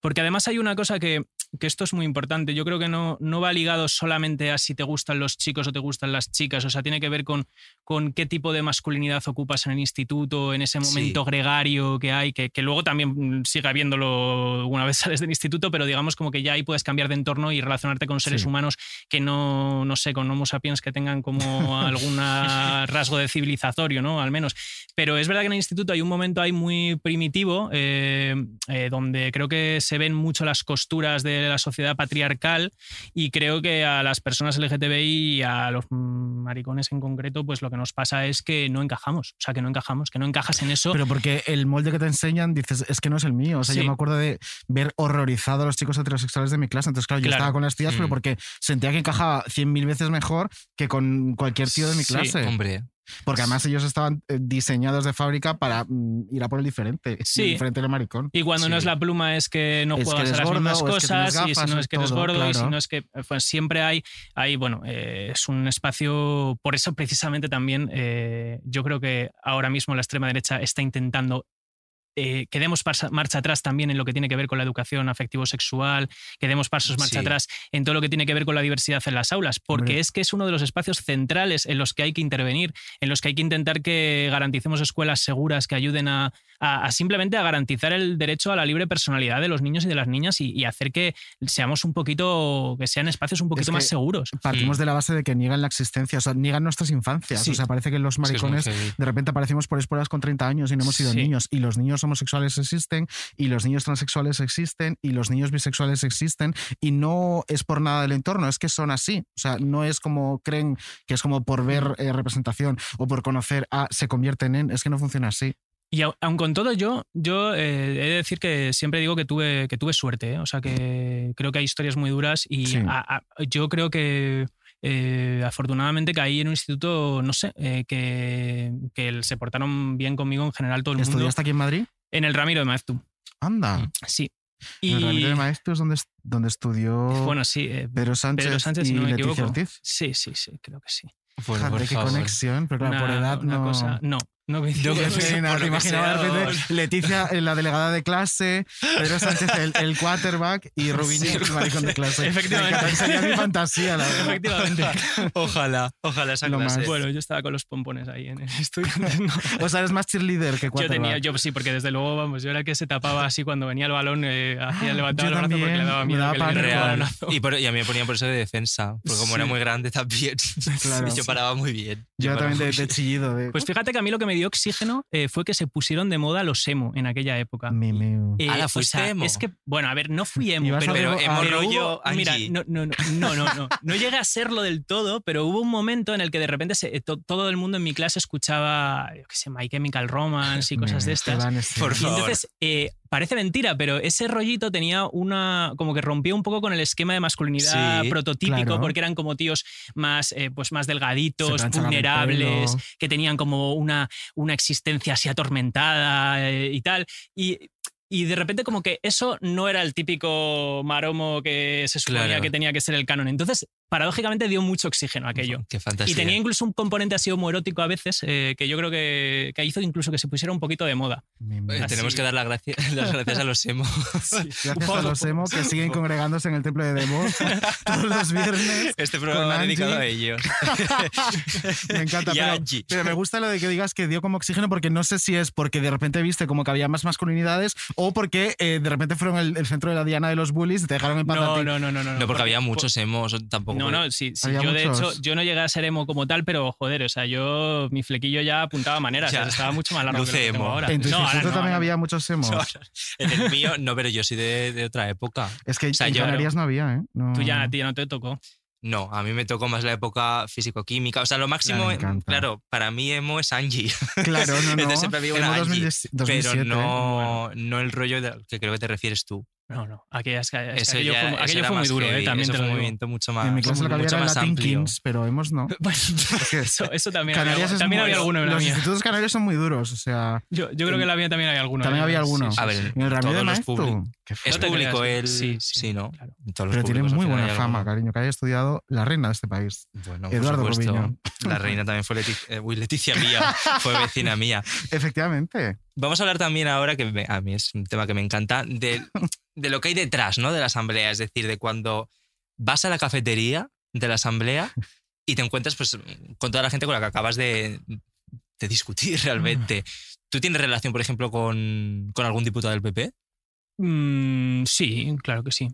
porque además hay una cosa que, que esto es muy importante, yo creo que no, no va ligado solamente a si te gustan los chicos o te gustan las chicas, o sea, tiene que ver con, con qué tipo de masculinidad ocupas en el instituto, en ese Sí. momento gregario que hay, que, que luego también mm, sigue habiéndolo una vez sales del instituto, pero digamos como que ya ahí puedes cambiar de entorno y relacionarte con seres Sí. humanos que no, no sé, con homo sapiens que tengan como algún rasgo de civilizatorio, ¿no? Al menos. Pero es verdad que en el instituto hay un momento ahí muy primitivo, eh, eh, donde creo que se ven mucho las costuras de la sociedad patriarcal y creo que a las personas LGTBI y a los maricones en concreto, pues lo que nos pasa es que no encajamos, o sea, que no encajamos, que no encajas en eso. Pero porque el molde que te enseñan, dices, es que no es el mío. O sea, yo Sí. me acuerdo de ver horrorizado a los chicos heterosexuales de mi clase. Entonces, claro, yo Claro. estaba con las tías, pero Mm. porque sentía que encajaba 100.000 veces mejor que con cualquier tío de mi Sí, clase. Eh, Hombre, porque además ellos estaban eh, diseñados de fábrica para mm, ir a por el diferente. Sí. El diferente del maricón. Y cuando no Sí. es la pluma es que no Es que juegas eres a las gordo, mismas o es que cosas, tienes y si gafas, no es es que eres todo, gordo, y si claro. no es que pues, siempre hay, hay bueno, eh, es un espacio, por eso precisamente también eh, yo creo que ahora mismo la extrema derecha está intentando... eh, que demos parsa- marcha atrás también en lo que tiene que ver con la educación afectivo-sexual, que demos pasos Sí. marcha atrás en todo lo que tiene que ver con la diversidad en las aulas, porque Hombre. es que es uno de los espacios centrales en los que hay que intervenir en los que hay que intentar que garanticemos escuelas seguras que ayuden a, a- a simplemente a garantizar el derecho a la libre personalidad de los niños y de las niñas y, y hacer que seamos un poquito, que sean espacios un que- poquito más seguros. Partimos Mm. de la base de que niegan la existencia, o sea, niegan nuestras infancias. Sí. O sea, parece que los es que es muy maricones heavy. de repente aparecimos por espuelas con 30 años y no hemos sido Sí. niños. Y los niños homosexuales existen, y los niños transexuales existen, y los niños bisexuales existen, y no es por nada del entorno, es que son así. O sea, no es como creen que es como por ver eh, representación o por conocer a se convierten en, es que no funciona así. Y au- aun con todo, yo, yo eh, he de decir que siempre digo que tuve, que tuve suerte. ¿eh? O sea, que creo que hay historias muy duras y Sí. a- a- yo creo que eh, afortunadamente caí en un instituto, no sé, eh, que, que se portaron bien conmigo en general todo el mundo. Mm. ¿Estudiaste aquí en Madrid? En el Ramiro de Maeztu. Anda. Sí. En el Ramiro de Maestros, donde, est- donde estudió Bueno, sí, eh, Pedro Sánchez, Pedro Sánchez, y si no me Leticia equivoco. Ortiz. Sí, sí, sí, creo que sí. Bueno, Pues, por Fíjate qué favor. conexión, pero claro, Una- por edad una no. cosa- no, no Yo coincido. creo Sí, que- por nada, te lo que imaginabas sea, de dos. Leticia, eh, la delegada de clase, Pedro Sánchez, el, el quarterback, y Rubiño, el maricón de clase. Efectivamente. Me encanta, Sería mi fantasía, la verdad. Efectivamente. Ojalá, ojalá esa Lo clase. más. Bueno, yo estaba con los pompones ahí en el estudio. No. O sea, eres más cheerleader que Yo quarterback. tenía, yo sí, porque desde luego, vamos, yo era el que se tapaba así cuando venía el balón, eh, hacía levantar Yo el brazo porque también, le daba me miedo daba que le diera el pánico. Real. balonazo. Y, por- y a mí me ponían por eso de defensa, porque como era Sí. muy grande también, Claro. y yo paraba muy bien. Yo paraba también muy de, bien. de chillido. De... Pues fíjate que a mí lo que me dio oxígeno eh, fue que se pusieron de moda los emo en aquella época. Mi, mi. Eh, Ala, o ¿fuiste sea, emo? Es que, bueno, a ver, no fui emo, Ibas a pero, hacer- pero, ah, pero rollo hubo- mira, Angie. no, no, no, no, no, no, no llegué a serlo del todo, pero hubo un momento en el que de repente se- eh, to- todo el mundo en mi clase escuchaba, yo qué sé, My Chemical Romance y cosas de Mira, estas. Evanescence. Por Y favor. entonces, eh, Parece mentira, pero ese rollito tenía una. como que rompía un poco con el esquema de masculinidad Sí, prototípico, claro. porque eran como tíos más, eh, pues más Se delgaditos, planchaban el vulnerables, pelo. que tenían como una, una existencia así atormentada eh, y tal. Y. y de repente como que eso no era el típico maromo que se suponía Claro. que tenía que ser el canon. Entonces, paradójicamente dio mucho oxígeno a aquello. Qué fantasía. Y tenía incluso un componente así homoerótico a veces, eh, que yo creo que, que hizo incluso que se pusiera un poquito de moda. Mi Eh, madre. Tenemos así. que dar la gracia- las gracias a los emo. Gracias a los emo que siguen congregándose en el templo de Demo todos los viernes. Este programa Angie. dedicado a ellos. Me encanta. Y a Pero, Angie. pero me gusta lo de que digas que dio como oxígeno porque no sé si es porque de repente viste como que había más masculinidades o porque eh, de repente fueron el, el centro de la diana de los bullies y te dejaron en paz a No, ti. no, no, no, no. No, porque había muchos emos tampoco. No, no, sí, sí, Había yo de muchos. hecho, yo no llegué a ser emo como tal, pero joder, o sea, yo, mi flequillo ya apuntaba maneras, Ya. o sea, estaba mucho más largo Luce que lo que tengo emo. ahora. En tu No, ahora instituto no, también ahora había muchos emos. No, En el mío, no, pero yo soy de, de otra época. Es que O sea, en yo- Canarias no había, ¿eh? No. no. Tú ya, a ti ya no te tocó. No, a mí me tocó más la época físico-química. O sea, lo máximo, Claro, me encanta. claro, para mí emo es Angie, Claro, no, no. Entonces siempre había una Emo Angie, 2010 2007, pero ¿eh? no, no el rollo de- que creo que te refieres tú. No, no, aquello, es que- es que Eso aquello ya- fue, eso aquello era fue muy más duro, eh, heavy, también eso te fue lo un digo. movimiento mucho más, En mi clase lo que había mucho era más Latin amplio. Kings, pero hemos no. Eso, eso también había, Canarias es también muy- había alguno en la Los mía. institutos canarios son muy duros, o sea, Yo, yo creo que en la mía también había alguno. también eh, había sí, alguno. sí, A ver, sí. En el Ramiro todos de los Maestro. públicos. qué Es No te fuerte. público creas, el... sí, Sí, sí. ¿no? Claro. Todos los Pero tiene públicos al muy final buena hay fama, alguno. cariño, que haya estudiado la reina de este país. Bueno, Eduardo por supuesto, Rubiño. la reina también fue Leti- eh, uy, Leticia Mía, fue vecina mía. Efectivamente. Vamos a hablar también ahora, que me- a mí es un tema que me encanta, de, de lo que hay detrás ¿no? de la asamblea. Es decir, de cuando vas a la cafetería de la asamblea y te encuentras pues, con toda la gente con la que acabas de, de discutir realmente. Mm. ¿Tú tienes relación, por ejemplo, con, con algún diputado del PP? Mm, sí, claro que sí.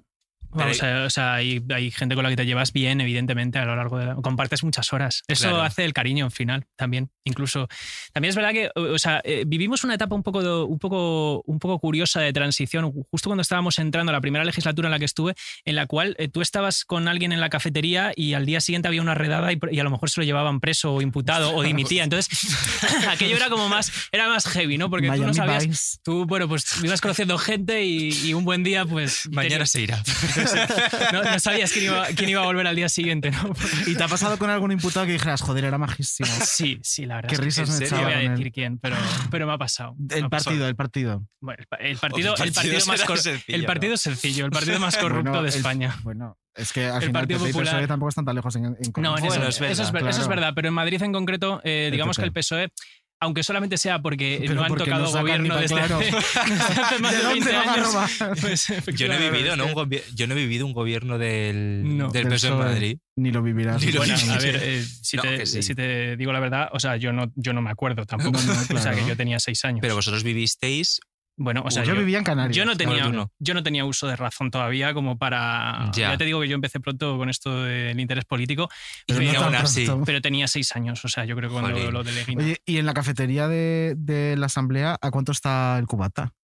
Vamos a- o sea, hay, hay gente con la que te llevas bien, evidentemente, a lo largo de la... Compartes muchas horas. Eso Claro. hace el cariño al final también. Incluso, también es verdad que, o o sea, eh, vivimos una etapa un poco, de- un, poco, un poco curiosa de transición, justo cuando estábamos entrando a la primera legislatura en la que estuve, en la cual eh, tú estabas con alguien en la cafetería y al día siguiente había una redada y, y a lo mejor se lo llevaban preso o imputado o dimitía. Entonces, aquello era como más, era más heavy, ¿no? Porque tú no Miami sabías... Vice. Tú, bueno, pues ibas conociendo gente y, y un buen día, pues. Mañana se irá. tenías- No, no sabías quién iba, quién iba a volver al día siguiente, ¿no? ¿Y te ha pasado con algún imputado que dijeras, joder, era majísimo? Sí, sí, la verdad. Qué es que risas no me voy echaban, a el- decir quién, pero, pero me ha pasado. me El ha pasado. partido, el partido. Bueno, el pa- el partido. El El partido partido más será cor- sencillo, El ¿no? partido sencillo, el partido más Bueno, corrupto de el- España. Bueno, es que al El final Partido PP y PSOE Popular- tampoco están tan lejos en, en No, en Bueno, eso, es eso verdad, ver- eso es claro. verdad, pero en Madrid en concreto, eh, El digamos que el PP. PSOE, aunque solamente sea porque Pero no han porque tocado no sacan gobierno ni pa' desde, claro. hace, desde hace más ¿De de dónde 20 van a años, robar? pues, Yo no he efectivamente, vivido, ¿no? es Un gobi- yo no he vivido un gobierno del, No. del Del PSOE en PSOE. Madrid. Ni lo vivirás. Ni lo Bueno, a Sí. ver, eh, si, No, te, que sí. si te digo la verdad, o sea, yo no, yo no me acuerdo tampoco. No, no, O sea, claro. Pues que yo tenía seis años. Pero vosotros vivisteis bueno, o sea, yo, yo, vivía en Canarias. yo no Bueno, tenía, tú no. yo no tenía uso de razón todavía como para... Ya. Ya, te digo que yo empecé pronto con esto del interés político, y Pero no aún tan así. pronto. pero tenía seis años, o sea, yo creo que cuando Jolín. lo delegué... Oye, y en la cafetería de, de la asamblea, ¿a cuánto está el cubata?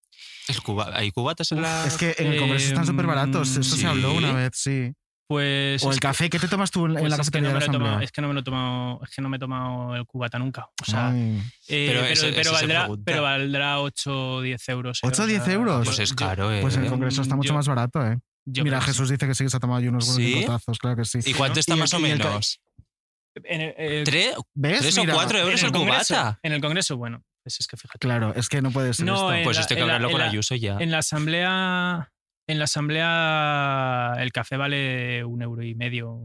El cuba- ¿Hay cubatas en la...? Es que en el Congreso están Em, súper baratos. Eso sí. se habló una vez, sí. Pues... O es el que- café, ¿qué te tomas tú en la- en pues la es que cafetería no de me la lo he tomado- asamblea? es que no me lo he tomado, es que no me he tomado el cubata nunca. O sea, Ay. eh, Pero pero, eso- pero eso se valdrá, pregunta. pero valdrá 8 o 10 euros. eh, 8 o sea, 10 euros. Pues es caro, ¿eh? Pues en el Congreso está mucho Yo- más barato, ¿eh? yo Mira, creo que sí. Jesús dice que sí que se ha tomado yo unos buenos ¿Sí? picotazos, claro que sí. ¿Y cuánto está Y el- más o y el ca- menos? En el- eh, ¿Tres, ¿Ves? tres o Mira. cuatro euros el Congreso, cubata? En el Congreso, bueno, pues es que fíjate. Claro, es que no puede ser No, esto. eh, En Pues la- esto hay que en la- hablarlo con en la- Ayuso ya. En la asamblea, en la asamblea, el café vale un euro y medio.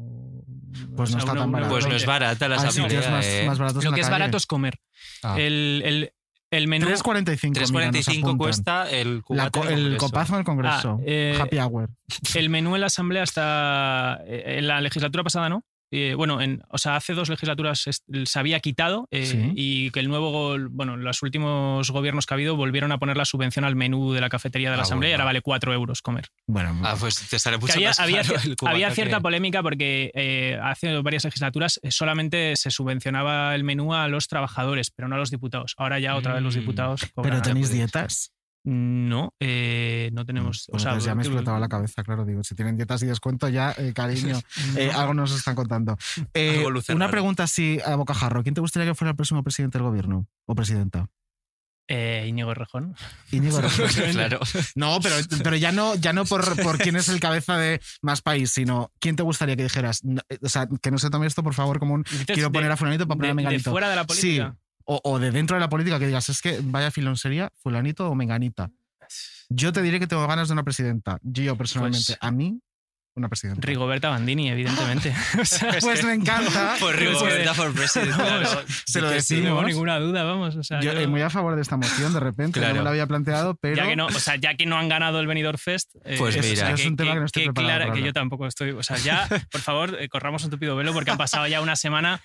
Pues no está tan barato. Pues no es barata la Hay sitios asamblea, más, ¿eh? más baratos Lo en que la es calle. barato es comer. Ah. El, el, el menú. 3.45 mira, nos 3,45 apuntan. cuesta el La cubata co- en el Congreso. copazo del Congreso. Ah, eh, Happy hour. El menú en la asamblea está. eh, En la legislatura pasada, ¿no? Eh, bueno, en, o sea, hace dos legislaturas est- se había quitado eh, Sí. y que el nuevo, gol- bueno, los últimos gobiernos que ha habido volvieron a poner la subvención al menú de la cafetería de la Ah, asamblea y bueno. ahora vale 4 euros comer. Bueno, Ah, pues te sale Que mucho había, más había caro cier- el cubata había que- cierta polémica porque eh, hace varias legislaturas eh, solamente se subvencionaba el menú a los trabajadores, pero no a los diputados. Ahora ya otra vez los Mm. diputados cobran. pero tenéis puede ser. dietas. No, eh, no pues, tenemos. o Bueno, sea, entonces ya me que- explotaba la cabeza, claro. Digo, si tienen dietas y descuento, ya, eh, cariño, eh, algo nos están contando. Eh, Algo luce una raro. pregunta así a bocajarro. ¿Quién te gustaría que fuera el próximo presidente del gobierno o presidenta? Eh, Íñigo Rejón. Íñigo Rejón. claro. No, pero, pero ya no, ya no por, por quién es el cabeza de más país, sino quién te gustaría que dijeras. No, eh, O sea, que no se tome esto, por favor, como un Dices quiero de- poner a fulanito para de, poner a de menganito. fuera de la política. O, o de dentro de la política que digas, es que vaya filón sería fulanito o menganita. Yo te diré que tengo ganas de una presidenta. Yo personalmente, Pues- a mí, una presidenta. Rigoberta Bandini, evidentemente. O sea, Pues me encanta. Por Rigoberta for President, claro. se lo Sí que sí. no tengo decimos. ninguna duda, vamos. O sea, Yo yo- eh, muy a favor de esta moción, de repente. Claro. No me la había planteado, pero. ya que no, o sea, ya que no han ganado el Benidorm Fest, eh, Pues o sea, mira. Es un tema que no estoy preparado para que yo hablar. tampoco estoy, o sea, ya, por favor, eh, corramos un tupido velo porque han pasado ya una semana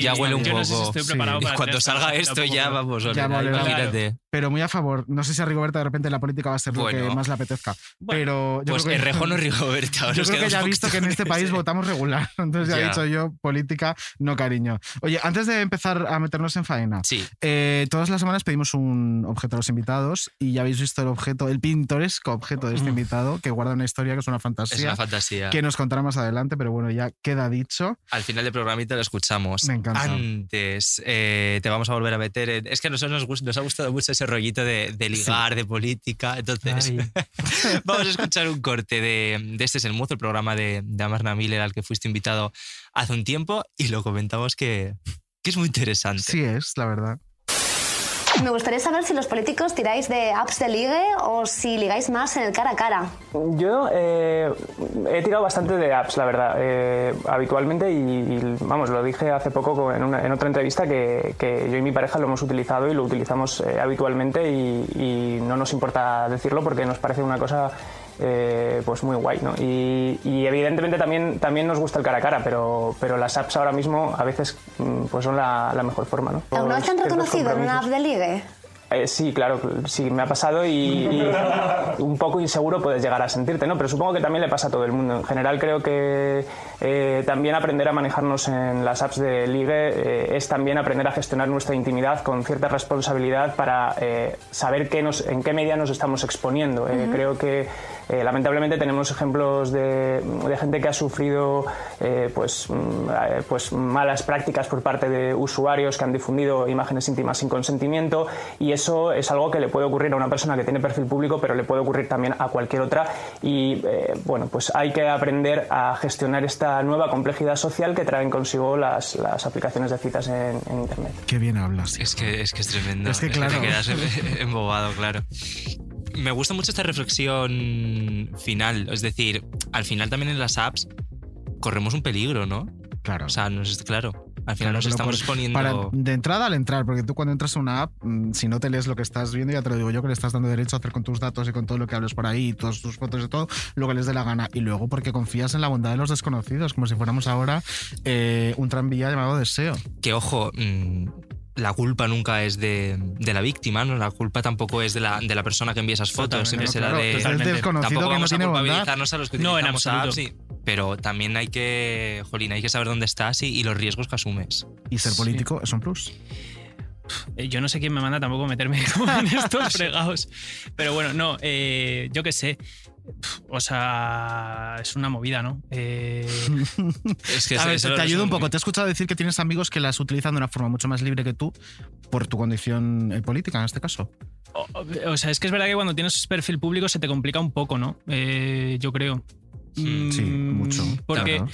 Ya huele un yo no sé si poco. estoy Sí. preparado Y para cuando hacer salga esto, esto ya tampoco. vamos, Ya olvidad, molerá. imagínate. Pero muy a favor. No sé si a Rigoberta de repente la política va a ser lo Bueno. que más le apetezca. Bueno, pero yo Pues creo que, Errejón o Rigoberta. Yo nos creo que quedamos ya ha un visto que poquito en este país ese. votamos regular. Entonces ya, Ya. he dicho yo, política, no cariño. Oye, antes de empezar a meternos en faena, Sí, eh, todas las semanas pedimos un objeto a los invitados y ya habéis visto el objeto, el pintoresco objeto de este invitado que guarda una historia que es una fantasía. es una fantasía. que nos contará más adelante, pero bueno, ya queda dicho. Al final del programita lo escuchamos. Me encanta. Antes, eh, te vamos a volver a meter en... Es que a nosotros nos, gust- nos ha gustado mucho ese rollito de, de ligar, de política. Entonces, vamos a escuchar un corte de, de Este es el Mozo, el programa de, de Amarna Miller al que fuiste invitado hace un tiempo y lo comentamos que, que es muy interesante. Sí es, la verdad. Me gustaría saber si los políticos tiráis de apps de ligue o si ligáis más en el cara a cara. Yo eh, he tirado bastante de apps, la verdad, eh, habitualmente y, y, vamos, lo dije hace poco con- en, una- en otra entrevista que, que yo y mi pareja lo hemos utilizado y lo utilizamos eh, habitualmente y, y no nos importa decirlo porque nos parece una cosa eh, pues muy guay, ¿no? Y, y evidentemente también, también nos gusta el cara a cara, pero, pero las apps ahora mismo a veces mm, pues son la, la mejor forma, ¿no? ¿Alguna vez te han Ciertos reconocido en una compromisos. app de ligue? Eh, sí, claro, sí, me ha pasado y, y un poco inseguro puedes llegar a sentirte, ¿no? Pero supongo que también le pasa a todo el mundo. En general creo que eh, también aprender a manejarnos en las apps de ligue eh, es también aprender a gestionar nuestra intimidad con cierta responsabilidad para eh, saber qué nos, en qué media nos estamos exponiendo. Eh, Creo que eh, lamentablemente tenemos ejemplos de, de gente que ha sufrido eh, pues, mm, eh, pues malas prácticas por parte de usuarios que han difundido imágenes íntimas sin consentimiento y eso es algo que le puede ocurrir a una persona que tiene perfil público pero le puede ocurrir también a cualquier otra y eh, bueno pues hay que aprender a gestionar esta nueva complejidad social que traen consigo las, las aplicaciones de citas en- en internet. Qué bien hablas. Es que es, que es tremendo. Es que claro. Te quedas embobado, claro. Me gusta mucho esta reflexión final. Es decir, al final también en las apps corremos un peligro, ¿no? Claro. O sea, nos, est- claro, al final Claro, nos pero estamos por- exponiendo... para, de entrada al entrar, porque tú cuando entras a una app, mm, si no te lees lo que estás viendo, ya te lo digo yo, que le estás dando derecho a hacer con tus datos y con todo lo que hables por ahí, y todas tus fotos y todo, lo que les dé la gana. Y luego porque confías en la bondad de los desconocidos, como si fuéramos ahora eh, un tranvía llamado Deseo. Que ojo, mm, la culpa nunca es de, de la víctima, ¿no? La culpa tampoco es de la, de la persona que envía esas fotos, siempre Claro, será claro, de... es totalmente. desconocido Tampoco que no vamos tiene a bondad. culpabilizarnos a los que No, en utilizamos absoluto. apps, sí. Pero también hay que, jolín, hay que saber dónde estás y, y los riesgos que asumes. Y ser político es un plus. Eh, Yo no sé quién me manda tampoco a meterme como en estos fregados. Pero bueno, no, eh, yo qué sé. Pf, O sea, es una movida, ¿no? Eh, Es que A eso- ver, eso te lo ayudo un resumo poco. Te he escuchado decir que tienes amigos que las utilizan de una forma mucho más libre que tú por tu condición eh, política, en este caso. o, o sea, es que es verdad que cuando tienes perfil público se te complica un poco, ¿no? Eh, yo creo. Sí, Mm, mucho. Porque, Claro.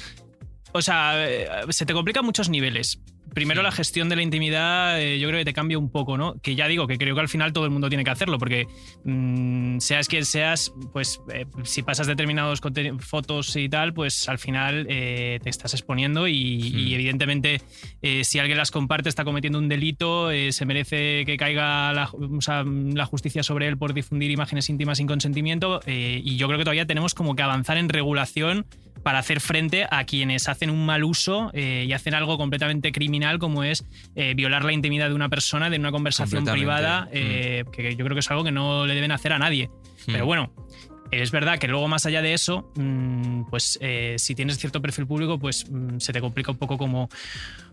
o sea, eh, se te complica a muchos niveles. Primero, la gestión de la intimidad, eh, yo creo que te cambia un poco, ¿no? Que ya digo que creo que al final todo el mundo tiene que hacerlo, porque mm, seas quien seas, pues eh, si pasas determinados conte- fotos y tal, pues al final eh, te estás exponiendo y, y evidentemente eh, si alguien las comparte está cometiendo un delito, eh, se merece que caiga la, ju- o sea, la justicia sobre él por difundir imágenes íntimas sin consentimiento eh, y yo creo que todavía tenemos como que avanzar en regulación para hacer frente a quienes hacen un mal uso eh, y hacen algo completamente criminal como es eh, violar la intimidad de una persona, de una conversación Completamente. privada, Mm. eh, que que yo creo que es algo que no le deben hacer a nadie. Mm. Pero bueno, es verdad que luego más allá de eso, mm, pues eh, si tienes cierto perfil público, pues mm, se te complica un poco como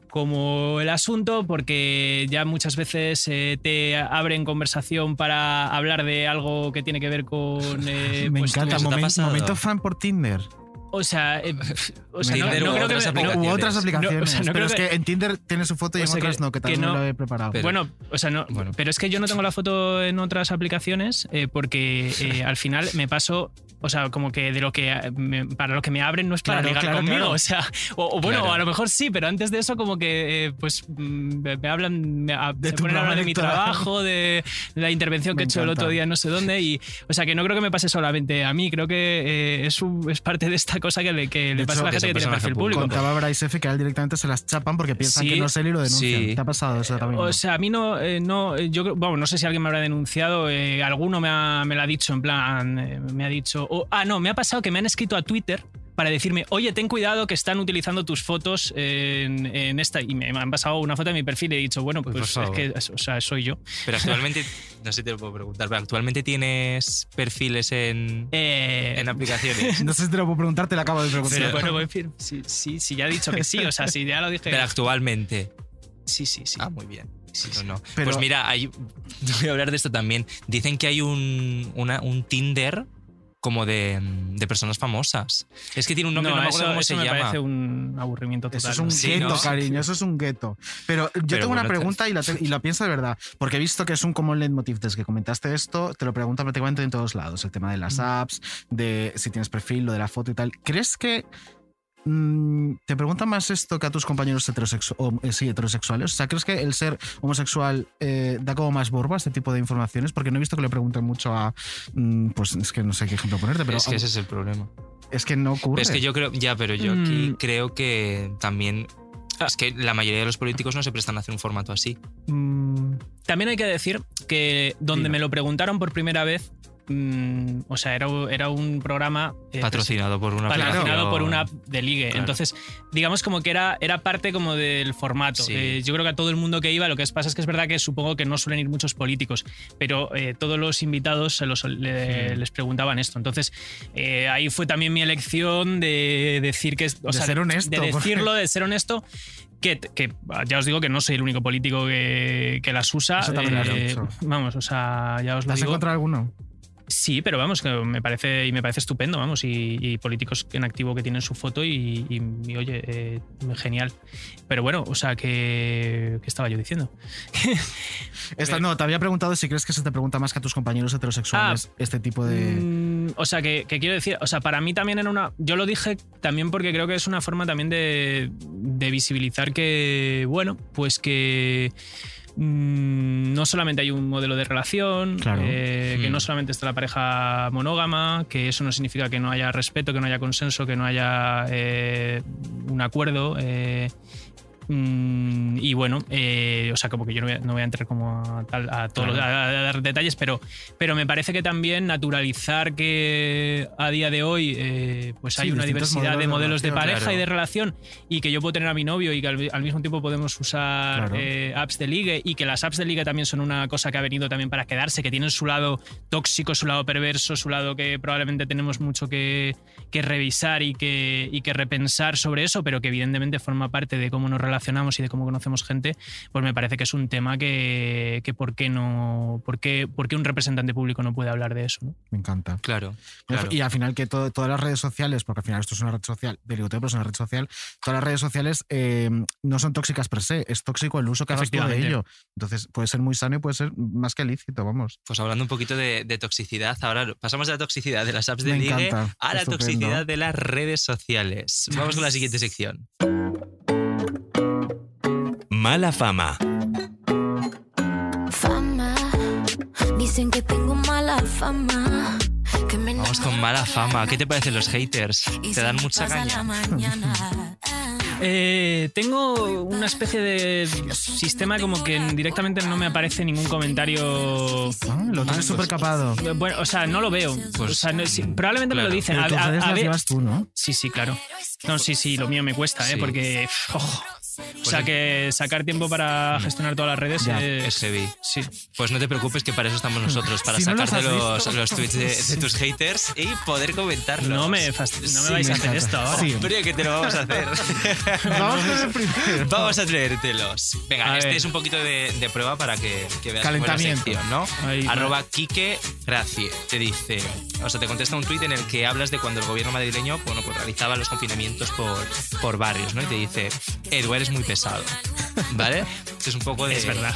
como el asunto porque ya muchas veces eh, te abren conversación para hablar de algo que tiene que ver con eh, Me pues, encanta. ¿eso te ha momen- pasado? momento fan por Tinder. O sea, eh, pf, o sea, no, Tinder no u creo que otras me- no- U otras aplicaciones. aplicaciones. No, o sea, no pero creo es que... que- en Tinder tiene su foto y o en sea, otras que- no, que que también no- me lo he preparado. Pero- Bueno, o sea, no, Bueno. pero es que yo no tengo la foto en otras aplicaciones eh, porque eh, al final me paso, o sea, como que de lo que eh, me- para lo que me abren no es para Claro, ligar claro, conmigo, claro. o sea, o, o bueno, Claro. a lo mejor sí, pero antes de eso como que eh, pues mm, me, me hablan, me, a- De se tu ponen a hablar de mi programa trabajo, de la intervención Me que he hecho el otro encanta. día no sé dónde y, o sea, que no creo que me pase solamente a mí, creo que eh, es, un- es parte de esta cosa que le, que le De pasa a la hecho, gente es un que tiene personaje perfil público. Contaba Bryce F que a él directamente se las chapan porque piensan Sí, que no es él y lo denuncian. sí. ¿Te ha pasado eso también? O sea, a mí no, eh, no eh, yo creo- vamos, no sé si alguien me habrá denunciado, eh, alguno me, ha- me lo ha dicho, en plan, eh, me ha dicho, o- ah, no, me ha pasado que me han escrito a Twitter para decirme, oye, ten cuidado que están utilizando tus fotos en, en esta, y me, me han pasado una foto de mi perfil y he dicho, bueno, Uy, pues, por es favor. que, o sea, soy yo. Pero actualmente, no sé si te lo puedo preguntar, pero actualmente tienes perfiles en, Eh, en aplicaciones. no sé si te lo puedo preguntar, te lo acabo de preguntar. pero bueno, en fin, sí, sí, sí, ya he dicho que sí, o sea, si ya lo dije, Pero actualmente. sí, sí, sí. Ah, muy bien. Sí, no, no. Pero- pues mira, hay, voy a hablar de esto también. Dicen que hay un, una- un Tinder como de, mm, de personas famosas. Es que tiene un nombre, no, me acuerdo eso, cómo eso se me llama. parece un aburrimiento total. Eso es un Sí, gueto, ¿no? cariño, eso es un gueto. Pero yo Pero tengo bueno, una te- pregunta y, la te- y la pienso de verdad, porque he visto que es un común leitmotiv desde que comentaste esto, te lo preguntan prácticamente en todos lados, el tema de Mm. las apps, de si tienes perfil, lo de la foto y tal. ¿Crees que mm, te preguntan más esto que a tus compañeros heterosexu- o, eh, sí, heterosexuales? O sea, ¿crees que el ser homosexual eh, da como más borbo a este tipo de informaciones? Porque no he visto que le pregunten mucho a... mm, pues es que no sé qué ejemplo ponerte, pero es que ese es el problema. no ocurre. Es que yo creo, ya, pero yo aquí Mm. Ah. creo que también. Es que la mayoría de los políticos no se prestan a hacer un formato Eh, así. Mm, También hay que decir que donde Dilo. me lo preguntaron por primera vez, mm, o sea, era, u- era un programa eh, Patrocinado por una patrocinado aplicación. por una app de ligue. Claro. Entonces, digamos como que era, era parte como del formato. Sí. Eh, yo creo que a todo el mundo que iba, lo que pasa es que es verdad que supongo que no suelen ir muchos políticos, pero eh, todos los invitados se los, le- Hmm. les preguntaban esto. Entonces, eh, ahí fue también mi elección de decir que... es- O De sea, ser honesto, De porque- decirlo, de ser honesto. Que, que ya os digo que no soy el único político que, que las usa. eh, Eso también lo has dicho. Vamos, o sea, ya os ¿Te lo has digo. encontrado alguno? Sí, pero vamos, que me parece, y me parece estupendo, vamos, y, y políticos en activo que tienen su foto y, y- y, oye, eh, genial. Pero bueno, o sea, que, ¿qué estaba yo diciendo? Esta, no, te había preguntado si crees que se te pregunta más que a tus compañeros heterosexuales este tipo de. Ah. Mm, o sea, que, que quiero decir, o sea, para mí también era una. Yo lo dije también porque creo que es una forma también de, de visibilizar que, bueno, pues que. mm, no solamente hay un modelo de relación, Claro. eh, que Hmm. no solamente está la pareja monógama, que eso no significa que no haya respeto, que no haya consenso, que no haya eh, un acuerdo. eh, Mm, y bueno, eh, o sea, como que yo no voy a, no voy a entrar como a, tal, a, todos los- a- a dar detalles, pero, pero me parece que también naturalizar que a día de hoy eh, pues Sí, hay una distintos diversidad modelos de de modelos de, relación, pareja claro. y de relación y que yo puedo tener a mi novio y que al, al mismo tiempo podemos usar Claro. eh, apps de ligue y que las apps de ligue también son una cosa que ha venido también para quedarse, que tienen su lado tóxico, su lado perverso, su lado que probablemente tenemos mucho que, que revisar y que, y que repensar sobre eso, pero que evidentemente forma parte de cómo nos relacionamos y de cómo conocemos gente, pues me parece que es un tema que, que ¿por, qué no, por, qué, por qué un representante público no puede hablar de eso? ¿no? Me encanta. Claro, claro. Y al final que todo- todas las redes sociales, porque al final esto es una red social, Beligoteo, pero es una red social, todas las redes sociales eh, no son tóxicas per se, es tóxico el uso que hagas tú de Efectivamente. ello. Entonces puede ser muy sano y puede ser más que lícito, vamos. Eh, Pues hablando un poquito de, de toxicidad, ahora pasamos de la toxicidad de las apps de Me ligue encanta, a la estupendo. toxicidad de las redes sociales. Vamos con la siguiente sección. Mala fama. Fama, dicen que tengo mala fama. Que me Vamos con mala fama. ¿Qué te parecen los haters? Te dan mucha caña. Eh, tengo una especie de sistema como que directamente no me aparece ningún comentario Ah, lo tienes súper capado. Bueno, o sea, no lo veo. Pues, O sea, no- sí, probablemente me claro. lo dicen. Pero A- tus a- redes a las ver- llevas tú, ¿no? Sí, sí, claro. No, sí, sí, lo mío me cuesta, ¿eh? Sí. Porque, pff, ojo, O sea que sacar tiempo para gestionar todas las redes Ya, eh, Es heavy. Sí. Pues no te preocupes que para eso estamos nosotros, para Si no los sacarte has los, visto. los tweets de, de tus haters y poder comentarlos. No me, fast- no me Sí, vais a me hacer encanta. esto ahora. Sí. Pero que te lo vamos a hacer. Vamos con el primero. Vamos a traértelos. Venga, A este ver. es un poquito de, de prueba para que, que veas cómo es la Calentamiento. sección, ¿no? Ahí va. Arroba Quique Gracie te dice, o sea, te contesta un tuit en el que hablas de cuando el gobierno madrileño bueno, pues realizaba los confinamientos por, por barrios, ¿no? Y te dice, Edu, eres muy pesado, ¿vale? Esto es un poco de... Es verdad.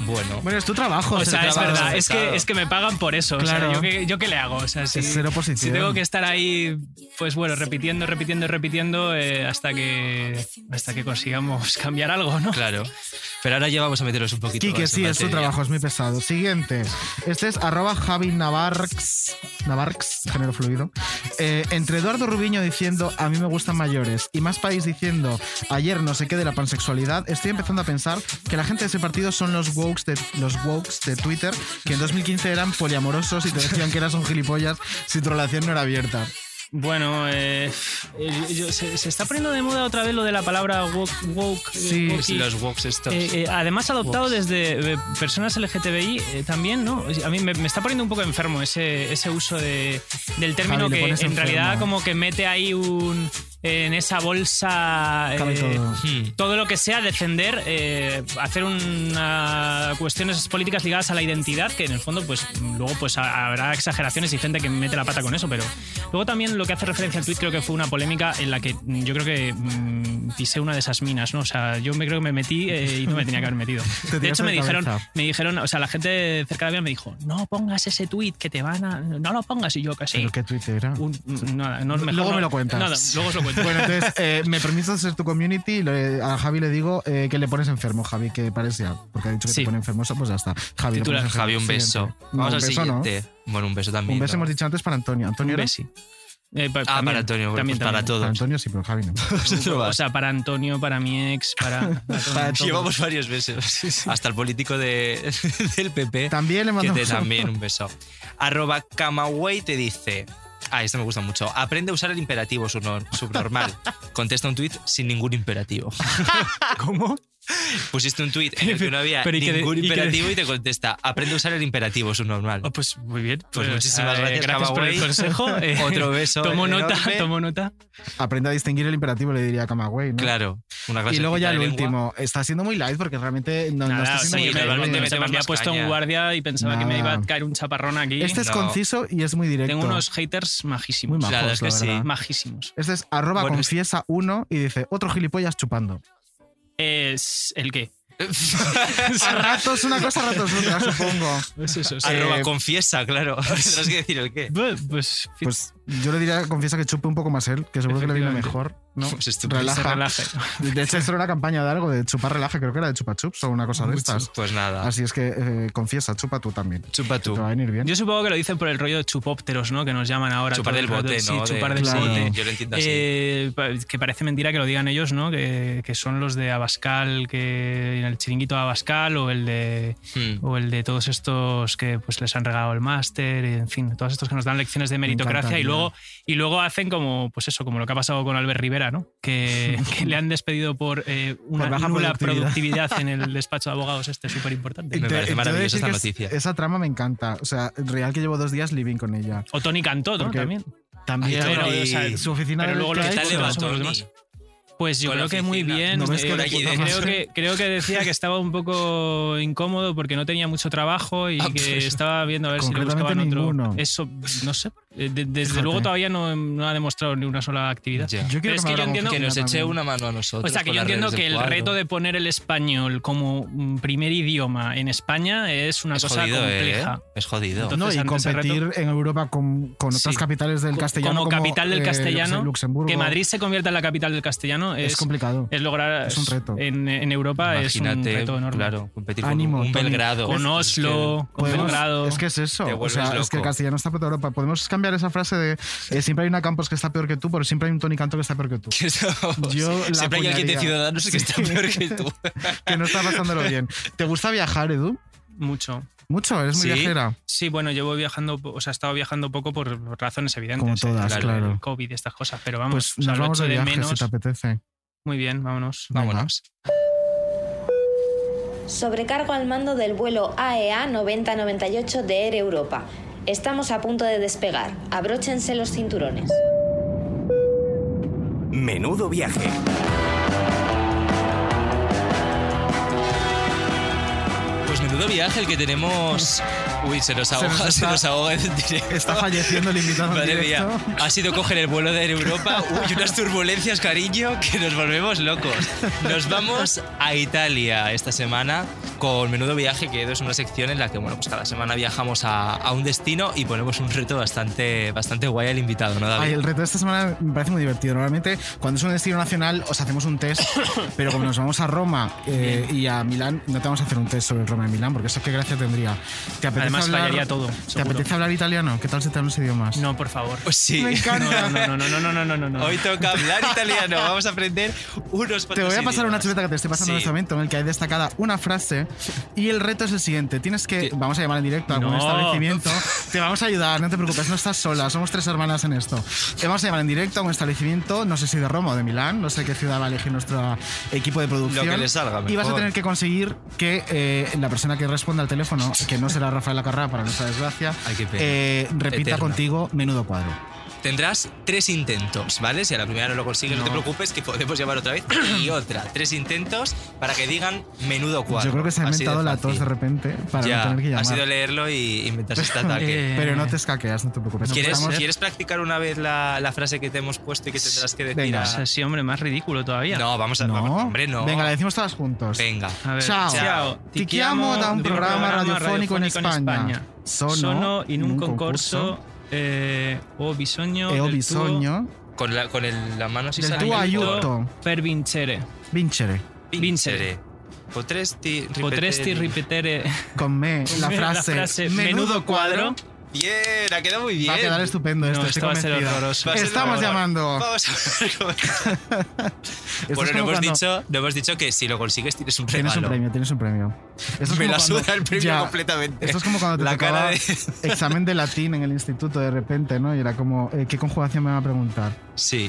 Bueno, Bueno, es tu trabajo. O es el sea, es trabajo. verdad, es que, es que me pagan por eso. o sea, Claro. ¿yo, qué, ¿Yo qué le hago? O sea, si, Es cero posición. si tengo que estar ahí, pues bueno, repitiendo, repitiendo, repitiendo eh, hasta, que, hasta que consigamos cambiar algo, ¿no? claro. Pero ahora ya vamos a meteros un poquito Quique, más en sí, es su materia. trabajo, es muy pesado. Siguiente. Este es arroba Javi Navarx, Navarx, género fluido. Eh, entre Eduardo Rubiño diciendo a mí me gustan mayores y Más País diciendo ayer no sé qué de la pansexualidad, estoy empezando a pensar que la gente de ese partido son los wokes de, los wokes de Twitter que en 2015 eran poliamorosos y te decían que eras un gilipollas si tu relación no era abierta. Bueno, eh, eh, yo- se, se está poniendo de moda otra vez lo de la palabra woke. woke, eh, Sí, wokey. Sí, pues, Los woks estos. Eh, eh, además adoptado desde eh, personas LGTBI eh, también, ¿no? O sea, A mí me, me está poniendo un poco enfermo ese, ese uso de- del término Javi, le que en pones enfermo. realidad como que mete ahí un... En esa bolsa... Cabe eh, todo. Hmm. todo lo que sea defender, eh, hacer una, cuestiones políticas ligadas a la identidad, que en el fondo, pues luego pues ha- habrá exageraciones y gente que mete la pata con eso, pero luego también lo que hace referencia al tweet creo que fue una polémica en la que mm, yo creo que mm, pisé una de esas minas, ¿no? O sea, yo me creo que me metí eh, y no me tenía que haber metido. De tiraste hecho, me de dijeron, cabeza. me dijeron, o sea, la gente cerca de mí me dijo, no pongas ese tweet que te van a, no lo pongas y yo casi. Pero qué Twitter era. nada, no, mejor Luego no- me lo cuentas. Nada, luego os lo cuento. Bueno, entonces, eh, me permito ser tu community y le- a Javi le digo eh, que le pones enfermo, Javi, que parece ya, porque ha dicho que Sí. te pone enfermoso, pues ya está. Javi, le Titular, pones enfermo. Javi, un beso. Siguiente. No, Vamos al un beso no. siguiente. Bueno, un beso también. Un beso ¿no? hemos dicho antes para Antonio. ¿Antonio Un era? Bessi. Eh, pa- Ah, para Antonio, bueno, pues para Para todos. Antonio sí, pero Javi no. O sea, para Antonio, para mi ex, para. para todo el mundo. Llevamos varios besos. Hasta el político de, del PP. También que le mandamos te también un beso. Arroba Camaway te dice. Ah, esto me gusta mucho. Aprende a usar el imperativo subnor- subnormal. Contesta un tuit sin ningún imperativo. ¿Cómo? Pusiste un tuit en el que no había Pero, ¿y qué de- ningún y qué de- imperativo y te contesta. Aprende a usar el imperativo subnormal. Oh, pues muy bien. Pues muchísimas gracias, gracias por Camagüey. el consejo. Eh, Otro beso Tomo nota, enorme. tomo nota. Aprende a distinguir el imperativo, le diría a Camagüey, ¿no? Claro. Una Y clase luego ya de el lengua. último. Está siendo muy light porque realmente no, no Nada, está o siendo sí, sea, muy yo me, light. normalmente o sea, me metemos había más puesto caña. un guardia y pensaba que me iba a Nada. caer un chaparrón aquí. Este es No. conciso y es muy directo. Tengo unos haters majísimos. Muy majos, Claro, es la que sí. verdad. Majísimos. Este es arroba Bueno, es- confiesa uno y dice otro gilipollas chupando. Es el qué. A ratos una cosa, a ratos otra, supongo. Es eso. sí. Arroba Eh, confiesa, claro. Tendrás que decir el qué. Bu- Pues, Pues yo le diría, confiesa que chupe un poco más él, que seguro que le viene Efectivamente. mejor. ¿no? Pues estupendo. se relaja. relaje. De hecho, esto era una campaña de algo, de chupar relaja, creo que era de chupa chups o una cosa de estas. Pues nada. Así es que eh, confiesa, chupa tú también. Chupa Te tú. va a venir bien. Yo supongo que lo dicen por el rollo de chupópteros, ¿no? Que nos llaman ahora. Chupar todo del el rato. bote, Sí, ¿no? chupar De- del sí, bote. yo lo entiendo así. Eh, pa- que parece mentira que lo digan ellos, ¿no? Que, que son los de Abascal, que en el chiringuito de Abascal o el de Hmm. o el de todos estos que pues les han regalado el máster, y, en fin, todos estos que nos dan lecciones de meritocracia y encantaría. luego y luego hacen como pues eso, como lo que ha pasado con Albert Rivera, ¿no? Que, que le han despedido por eh, una Por baja nula productividad. productividad en el despacho de abogados este súper importante. Me Te- parece te voy a maravillosa decir esta que es- noticia. Esa trama me encanta. O sea, real que llevo dos días living con ella. O Tony Cantó, ¿no? Porque- También. También Ay, Pero, Tony. o sea, su oficina pero de luego lo que que hay, tal le pues, va no. todo. los demás. Pues yo Con la creo que muy oficina. bien. ¿No ves que eh, la creo, puta madre? que, creo que decía que estaba un poco incómodo porque no tenía mucho trabajo y Ah, que pues, estaba viendo a ver si le concretamente buscaban ninguno. otro. Eso, no sé. eh, de- desde Fíjate. luego todavía no, no ha demostrado ni una sola actividad. Ya. Yo quiero es que, que me yo abra entiendo- que confianza nos eche también. una mano a nosotros. O sea, que por yo las entiendo redes que del el cuadro. reto de poner el español como mm, primer idioma en España es una es cosa jodido, compleja. ¿eh? Es jodido. Entonces, No, y antes de competir en Europa con, con otras Sí. capitales del Co- castellano. como capital del eh, castellano, Luxemburgo. Que Madrid se convierta en la capital del castellano es, es, complicado. es lograr Es un reto. en, en Europa es Imagínate, un reto enorme. claro, competir con Ánimo, un, un Tony. Belgrado. Con Oslo, con Podemos- Belgrado. Es que es eso. Te O vuelves sea, es que el loco. castellano está por toda Europa. Podemos cambiar esa frase de eh, siempre hay una Campos que está peor que tú, pero siempre hay un Tony Canto que está peor que tú. Que estamos- Yo la siempre hay alguien de acuñaría. Ciudadanos que está peor que tú. Que no está pasándolo bien. ¿Te gusta viajar, Edu? Mucho. Mucho, eres muy Sí. viajera. Sí, bueno, yo voy viajando, po- o sea, he estado viajando poco por razones evidentes. Como eh, todas, claro. El COVID y estas cosas, pero vamos, Pues o sea, nos lo vamos echo de de viaje menos. si te apetece. Muy bien, vámonos. Vámonos. Sobrecargo al mando del vuelo E AEA 9098 de Air Europa. Estamos a punto de despegar. Abróchense los cinturones. Menudo viaje. Pues menudo viaje el que tenemos. Uy, se nos ahoga, se nos, está- ahoga en directo. Está falleciendo el invitado. en Madre mía, directo. ha sido coger el vuelo de Air Europa. Uy, unas turbulencias, cariño, que nos volvemos locos. Nos vamos a Italia esta semana con Menudo Viaje, que es una sección en la que, bueno, pues cada semana viajamos a, a un destino y ponemos un reto bastante, bastante guay al invitado, ¿no, David? Ay, el reto de esta semana me parece muy divertido. Normalmente, cuando es un destino nacional, os hacemos un test, pero como nos vamos a Roma eh, y a Milán, no te vamos a hacer un test sobre Roma y Milán, porque eso qué gracia tendría. ¿Te apetece Además, hablar, fallaría todo, ¿Te seguro. apetece hablar italiano? ¿Qué tal se te dan los idiomas? No, por favor. Pues sí. Me encanta. No, no, no, no, no, no, no, no. Hoy toca hablar italiano. Vamos a aprender unos Te voy a pasar una chuleta chuleta que te estoy pasando en Sí. este momento, en el que hay destacada una frase y el reto es el siguiente. Tienes que... Sí. Vamos a llamar en directo a algún No. establecimiento. Te vamos a ayudar, no te preocupes, no estás sola, somos tres hermanas en esto. Te vamos a llamar en directo a un establecimiento, no sé si de Roma o de Milán, no sé qué ciudad va a elegir nuestro equipo de producción. le salga Y vas a mejor. tener que conseguir que eh, la persona que responda al teléfono, que no será Rafael Lacarra para nuestra desgracia, Ay, qué pena. eh, repita Eterna. contigo menudo cuadro. Tendrás tres intentos, ¿vale? Si a la primera no lo consigues, no, te preocupes, que podemos llamar otra vez y otra. Tres intentos para que digan menudo cuadro. Yo creo que se ha Así inventado la fácil. tos de repente para Ya, no tener que llamar. ha sido leerlo y inventarse este ataque. Eh, Pero no te escaqueas, no te preocupes. ¿Quieres, Estamos- quieres practicar una vez la, la frase que te hemos puesto y que tendrás que decir? Venga. a- O sea, sí, hombre, más ridículo todavía. No, vamos a... No. Hombre, no. Venga, la Ah. decimos todas juntos. Venga. A ver, Ciao. Ciao. Ti chiamo da un programma radiofonico in Spagna. Sono, Sono in un concurso concorso eh, o bisogno e ho del tuo- bisogno Con la, con el- la mano así del sale tuo el- aiuto. per vincere. Vincere Vincere. Potresti ripetere. Potresti ripetere con me la la frase, frase, menudo "Menudo cuadro. cuadro". Bien, ha quedado muy bien. Va a quedar estupendo esto, No, estoy esto va a ser convencido. horroroso. Va a ser Estamos horror. llamando. Vamos a ver cómo- Esto es Bueno, no como hemos, cuando- dicho, no hemos dicho que si lo consigues tienes un regalo. Tienes un premio, tienes un premio. Esto es Me como la cuando- suda el premio ya, completamente. Esto es como cuando te La cara tocaba examen de latín en el instituto de repente, ¿no? Y era como, eh, ¿qué conjugación me van a preguntar? Sí.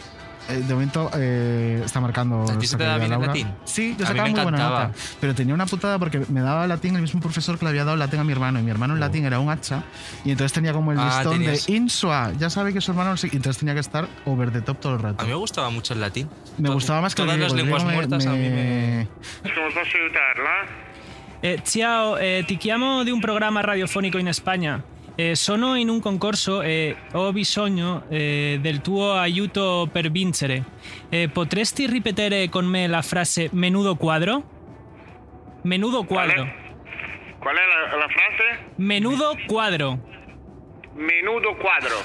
Eh, de momento eh, está marcando. ¿A ti se te nuestra da querida bien el Laura. latín? Sí, yo A mí sacaba me muy buena encantaba. nota. Pero tenía una putada porque me daba latín el mismo profesor que le había dado latín a mi hermano. Y mi hermano en latín era un hacha. Y entonces tenía como el Oh. Ah, listón tenías- de insua. Ya sabe que su hermano. no sé- Y entonces tenía que estar over the top todo el A rato. mí me gustaba mucho el latín. me To- gustaba más que el todas las griego. El lenguas griego me- muertas a mí me- Eh, ciao, eh, ti chiamo di un programma radiofonico in Spagna. Eh, sono in un concorso e ho bisogno eh, del tuo aiuto per vincere. Eh, potresti ripetere con me la frase menudo quadro? Menudo quadro. ¿Cuál es la, frase? Menudo quadro. Menudo cuadro.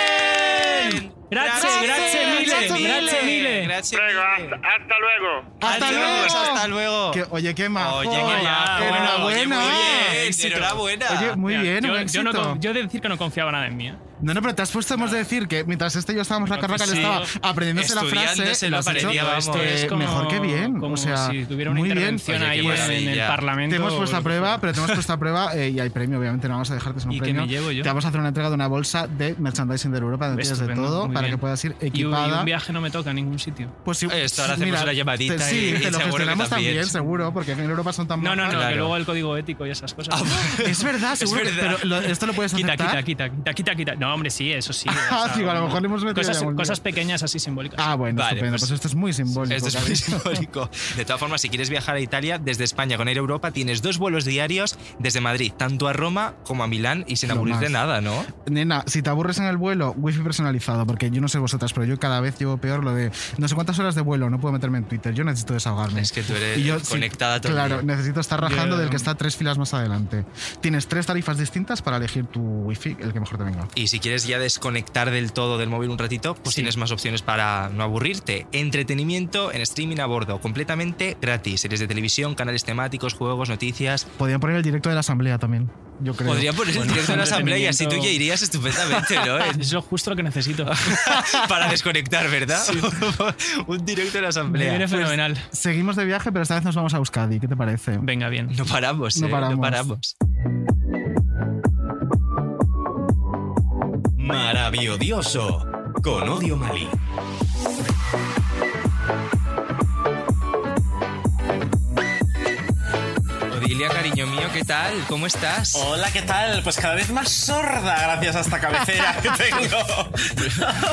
¡Bien! Grazie, grazie mille, grazie mille. Grazie mille. hasta luego. ¡Hasta Adiós, luego! hasta luego. Que- oye, qué majo. Oye, qué majo. Enhorabuena. ¿eh? Oye, muy bien, enhorabuena. Oye, muy Mira, bien, yo, un yo no éxito. con- yo he de decir que no confiaba nada en mí. ¿eh? No, no, pero te has puesto, hemos de decir que mientras este y yo estábamos raca raca, le Sí. estaba aprendiéndose la frase. Estudiándose la lo has hecho, parecía, vamos. Esto eh, es como- mejor que bien. como o sea, si tuviera una muy bien. intervención Oye, qué ahí en- en, maravilla. el Parlamento. Te hemos puesto a o lo que prueba, fuera. pero te hemos puesto a prueba eh, y hay premio, obviamente no vamos a dejarte sin ¿Y qué premio. me llevo yo? Te vamos a hacer una entrega de una bolsa de merchandising de Europa, donde tienes de Estupendo, todo, muy para bien. que puedas ir Y un- Y, equipada. un viaje no me toca en ningún sitio. pues sí, Oye, esto ahora hacemos una llamadita te- y- sí, y te lo seguro que gestionamos también. también. seguro, porque aquí en Europa son tan No, no, no, majas. que Claro. luego el código ético y esas Ah, cosas. pues, Es verdad, seguro, que- verdad. pero lo- esto lo puedes quita, aceptar. quita, quita, quita, quita, quita. No, hombre, sí, eso sí. o Ah, sea, digo, a lo mejor le hemos metido cosas, ya un lío. cosas pequeñas así simbólicas. Ah, bueno, Vale, estupendo. Pues, pues- esto es muy simbólico. Esto es muy Gaby. simbólico. De todas formas, si quieres viajar a Italia, desde España con Air Europa tienes dos vuelos diarios desde Madrid, tanto a Roma como a Milán, y sin Lo aburrirte más. nada, ¿no? Nena, si te aburres en el vuelo, wifi personalizado, porque yo no sé vosotras, pero yo cada vez llevo peor lo de no sé cuántas horas de vuelo, no puedo meterme en Twitter, yo necesito desahogarme. Es que tú eres Y yo, sí, conectada todo el Claro, día. necesito estar rajando Yo- del que está tres filas más adelante. Tienes tres tarifas distintas para elegir tu wifi, el que mejor te venga. Y si quieres ya desconectar del todo del móvil un ratito, pues tienes más opciones para no aburrirte. Entretenimiento en streaming a bordo, completamente gratis. Series de televisión, canales temáticos, juegos, noticias. Podrían poner el directo de la asamblea también, yo creo. Podría poner el directo en la asamblea y así tú ya entretenimiento. irías estupendamente, ¿no? Es lo justo lo que necesito. Ah, para desconectar, ¿verdad? un directo en la Me asamblea. ah, pues, viene fenomenal. Seguimos de viaje, pero esta vez nos vamos a Euskadi, ¿qué te parece? Venga, bien. No paramos, No ¿eh? paramos. No paramos. Maravilloso. Con Odio Mali. Silvia, cariño mío, ¿qué tal? ¿Cómo estás? Hola, ¿qué tal? Pues cada vez más sorda gracias a esta cabecera que tengo.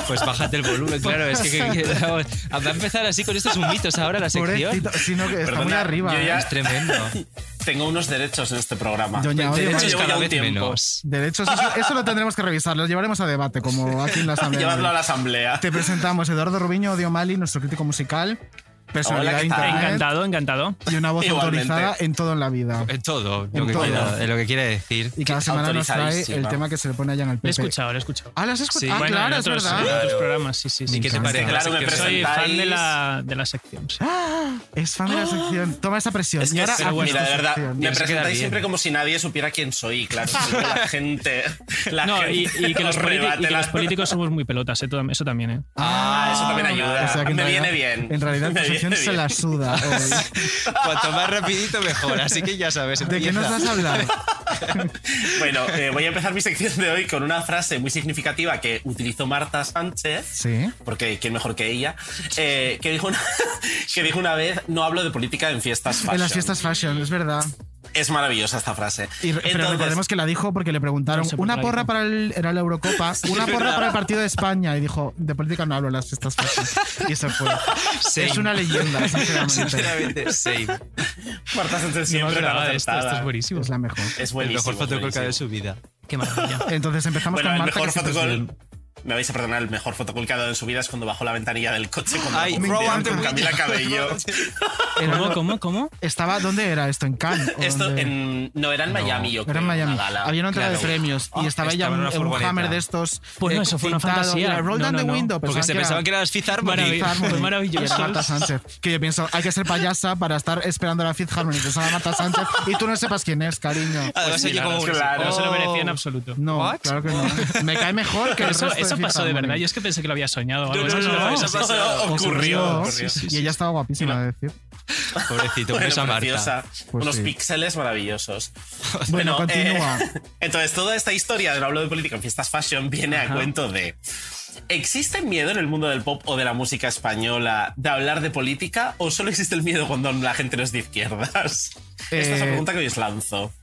Pues bájate el volumen, claro. Es que, que- que- vamos, va a empezar así con estos humitos ahora la sección. Pobrecito, sino que está muy Perdona, arriba. ¿eh? yo ya- Es tremendo. Tengo unos derechos en este programa. Doña Odio, derechos madre. llevo ya un Cada vez tiempo. Derechos, eso, eso lo tendremos que revisar, lo llevaremos a debate, como aquí en la Asamblea. Llevadlo a la asamblea. Te presentamos Eduardo Rubiño, Odio Mali, nuestro crítico musical, personalidad de internet Encantado, encantado. y una voz autorizada en todo en la vida. Eh, En todo, En lo que, todo. Quiera, en lo que quiera decir. Y cada semana nos trae el tema que se le pone allá en el PP. Lo he escuchado, lo he escuchado. Ah, lo has escuchado. Ah, claro, es verdad. En otros programas, sí, sí, sí. ¿Y qué te parece la Claro, me sección? Soy fan de presentáis- la, de la sección. sí. Ah, Es fan de la sección. Toma esa presión. Es y que ahora es- haz mira, tu de verdad, sección. me presentáis siempre como si nadie supiera quién soy, claro. siempre La gente. La No, y, gente y que los os politi- rebate y que la- los políticos somos muy pelotas, eh, todo- eso también, ¿eh? Ah, eso también ayuda. O sea, que en me viene realidad- bien. En realidad, tu Me sección viene se bien. la suda. hoy. Cuanto más rapidito, mejor. Así que ya sabes. ¿De qué empieza. nos vas a hablar? Bueno, eh, voy a empezar mi sección de hoy con una frase muy significativa que utilizó Marta Sánchez, Sí. porque quién mejor que ella, eh, que, dijo una, que dijo una vez, no hablo de política en fiestas fashion. En las fiestas fashion, es verdad. Es maravillosa esta frase. Y re- pero Entonces, recordemos que la dijo porque le preguntaron No sé por qué una la porra dijo. para el, era la Eurocopa, una es porra verdad. para el partido de España y dijo, de política no hablo en las fiestas fashion. Y se fue. Same. Es una leyenda, sinceramente. Sinceramente, same. Marta Sánchez No me siempre tan acordaba de esto, esto es acertada. buenísimo. Es la mejor. Es El buenísimo. mejor fotocol que ha de buenísimo. su vida. Qué maravilla. Entonces empezamos Bueno, con el Marta. mejor que siempre es fotocol... bien. Me vais a perdonar, el mejor fotocol que ha dado en su vida es cuando bajó la ventanilla del coche cuando Ay, me encanta. con Camila Cabello. Era- Eh, ¿Cómo, cómo, cómo? Estaba, ¿dónde era esto? ¿En Cannes? ¿O Esto dónde? en, no, era en Miami, yo creo. Era en Miami. una gala. Había una entrega Claro. de premios y Ah, estaba ella estaba en una en un furgoneta. hammer de estos. eh, Pues no, eso fue una pintado, fantasía. y era, Roll No, down no, the no. window. Porque se pensaban que era las Fifth Harmony. Maravilloso. Fue maravilloso. Y era Marta Sánchez. Que yo pienso, hay que ser payasa para estar esperando la Fifth Harmony. Que a Marta Sánchez y tú no sepas quién es, cariño. Además, oye, como un- claro. No se lo merecía en Oh. absoluto. No, claro que no. Me cae mejor que el Eso, resto eso Fifth pasó de Harmony. verdad. Yo es que pensé que lo había soñado. o algo. No, no, Eso no, no, eso eso- pasó. Ocurrió, ocurrió. Y ella estaba guapísima, de decir. Pobrecito, un Bueno, beso a Marta. preciosa. Pues Unos sí. píxeles maravillosos. eh, Bueno, continúa. entonces, toda esta historia de no hablo de política en fiestas fashion viene a cuento de. ¿Existe miedo en el mundo del pop o de la música española de hablar de política o solo existe el miedo cuando la gente no es de izquierdas? Esta es Eh, la pregunta que hoy os lanzo.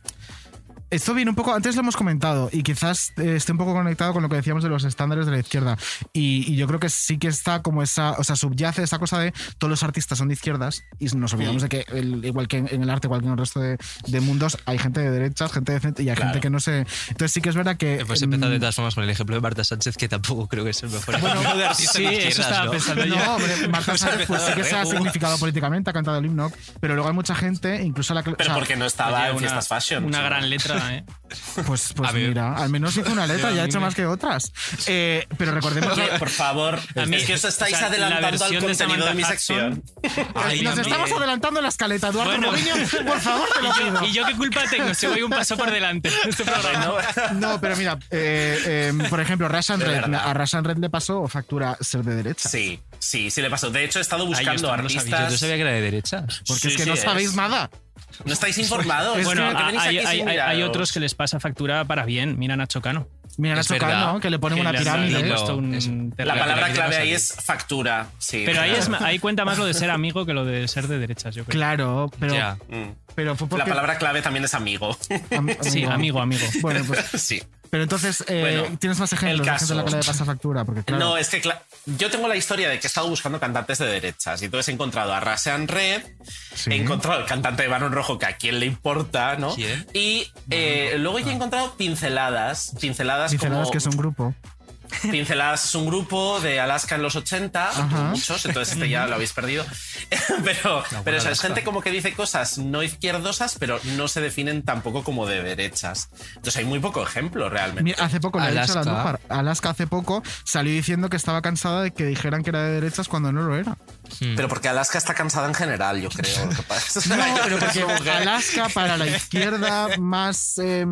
Esto viene un poco, antes lo hemos comentado y quizás eh, esté un poco conectado con lo que decíamos de los estándares de la izquierda. Y, y yo creo que sí que está como esa, o sea, subyace esta cosa de todos los artistas son de izquierdas y nos olvidamos de que, el- igual que en, en el arte, igual que en el resto de, de mundos, hay gente de derechas, gente de centro y hay gente que no se. Entonces sí que es verdad que. Pues he mm, empezado de todas formas con el ejemplo de Marta Sánchez, que tampoco creo que es el mejor ejemplo de artista sí, de eso izquierdas, estaba ¿no? pensando yo. No, hombre, Marta Hemos Sánchez pues sí empezado que se ha re- significado políticamente, ha cantado el himno, pero luego hay mucha gente, incluso la cl- o Pero sea, porque no estaba Oye, en una- fiestas fashion. Una o sea. gran letra, ¿eh? Pues, pues A mí- mira, al menos hizo una Yo letra a y ha mí hecho me- más que otras. Eh, pero recordemos que Oye, por favor, A mí- es que os estáis o sea, la adelantando al versión de contenido de, Samantha mi sección. Hudson- Ay, Dios Nos mío. estamos adelantando la escaleta, Eduardo Bueno. Rubiño, por favor, te lo pido. ¿Y yo qué culpa tengo si voy un paso por delante en este programa? No, pero mira, eh, eh, por ejemplo, Russian De Red. verdad. A Russian Red le pasó o factura ser de derecha. Sí, sí, sí le pasó. De hecho, he estado Ay, yo esto buscando no lo sabía, artistas. Yo no sabía que era de derechas. Porque Sí, es que sí, no sabéis es. nada. No estáis informados. Es Bueno, que venís Ah, hay, aquí hay- sin hay- hay miraros. otros que les pasa factura para bien. Mira a Nacho Cano. Mira, la Es verdad. Socano, ¿no? que le ponen que una le han- le han pirámide. Lo- puesto un es- terreno. La palabra ¿Qué te clave pasa a ahí ti? es factura. Sí, Pero ahí, claro. es, ma- ahí cuenta más lo de ser amigo que lo de ser de derechas, yo creo. Claro, pero, Ya. Mm. pero fue La porque... palabra clave también es amigo. Am- Sí, amigo, amigo. Bueno, pues... sí. Pero entonces, eh, Bueno, tienes más el ejemplos de gente a la caso. que le pasa factura, porque claro... No, eh, es que cla- yo tengo la historia de que he estado buscando cantantes de derechas y entonces he encontrado a Rasean Red, Sí. he encontrado el cantante de Barón Rojo, que a quién le importa, ¿no? ¿Quién? Y eh, luego ya he encontrado pinceladas, pinceladas, Pinceladas como que es un grupo. Pinceladas es un grupo de Alaska en los 80, Ajá. tuvo muchos, entonces este ya lo habéis perdido. pero pero o sea, es Alaska. gente como que dice cosas no izquierdosas, pero no se definen tampoco como de derechas. Entonces hay muy poco ejemplo realmente. Mira, hace poco, le he dicho a Alaska. Andújar, Alaska hace poco salió diciendo que estaba cansada de que dijeran que era de derechas cuando no lo era. Pero porque Alaska está cansada en general, yo creo. lo que pasa. No, pero porque Alaska para la izquierda más, eh,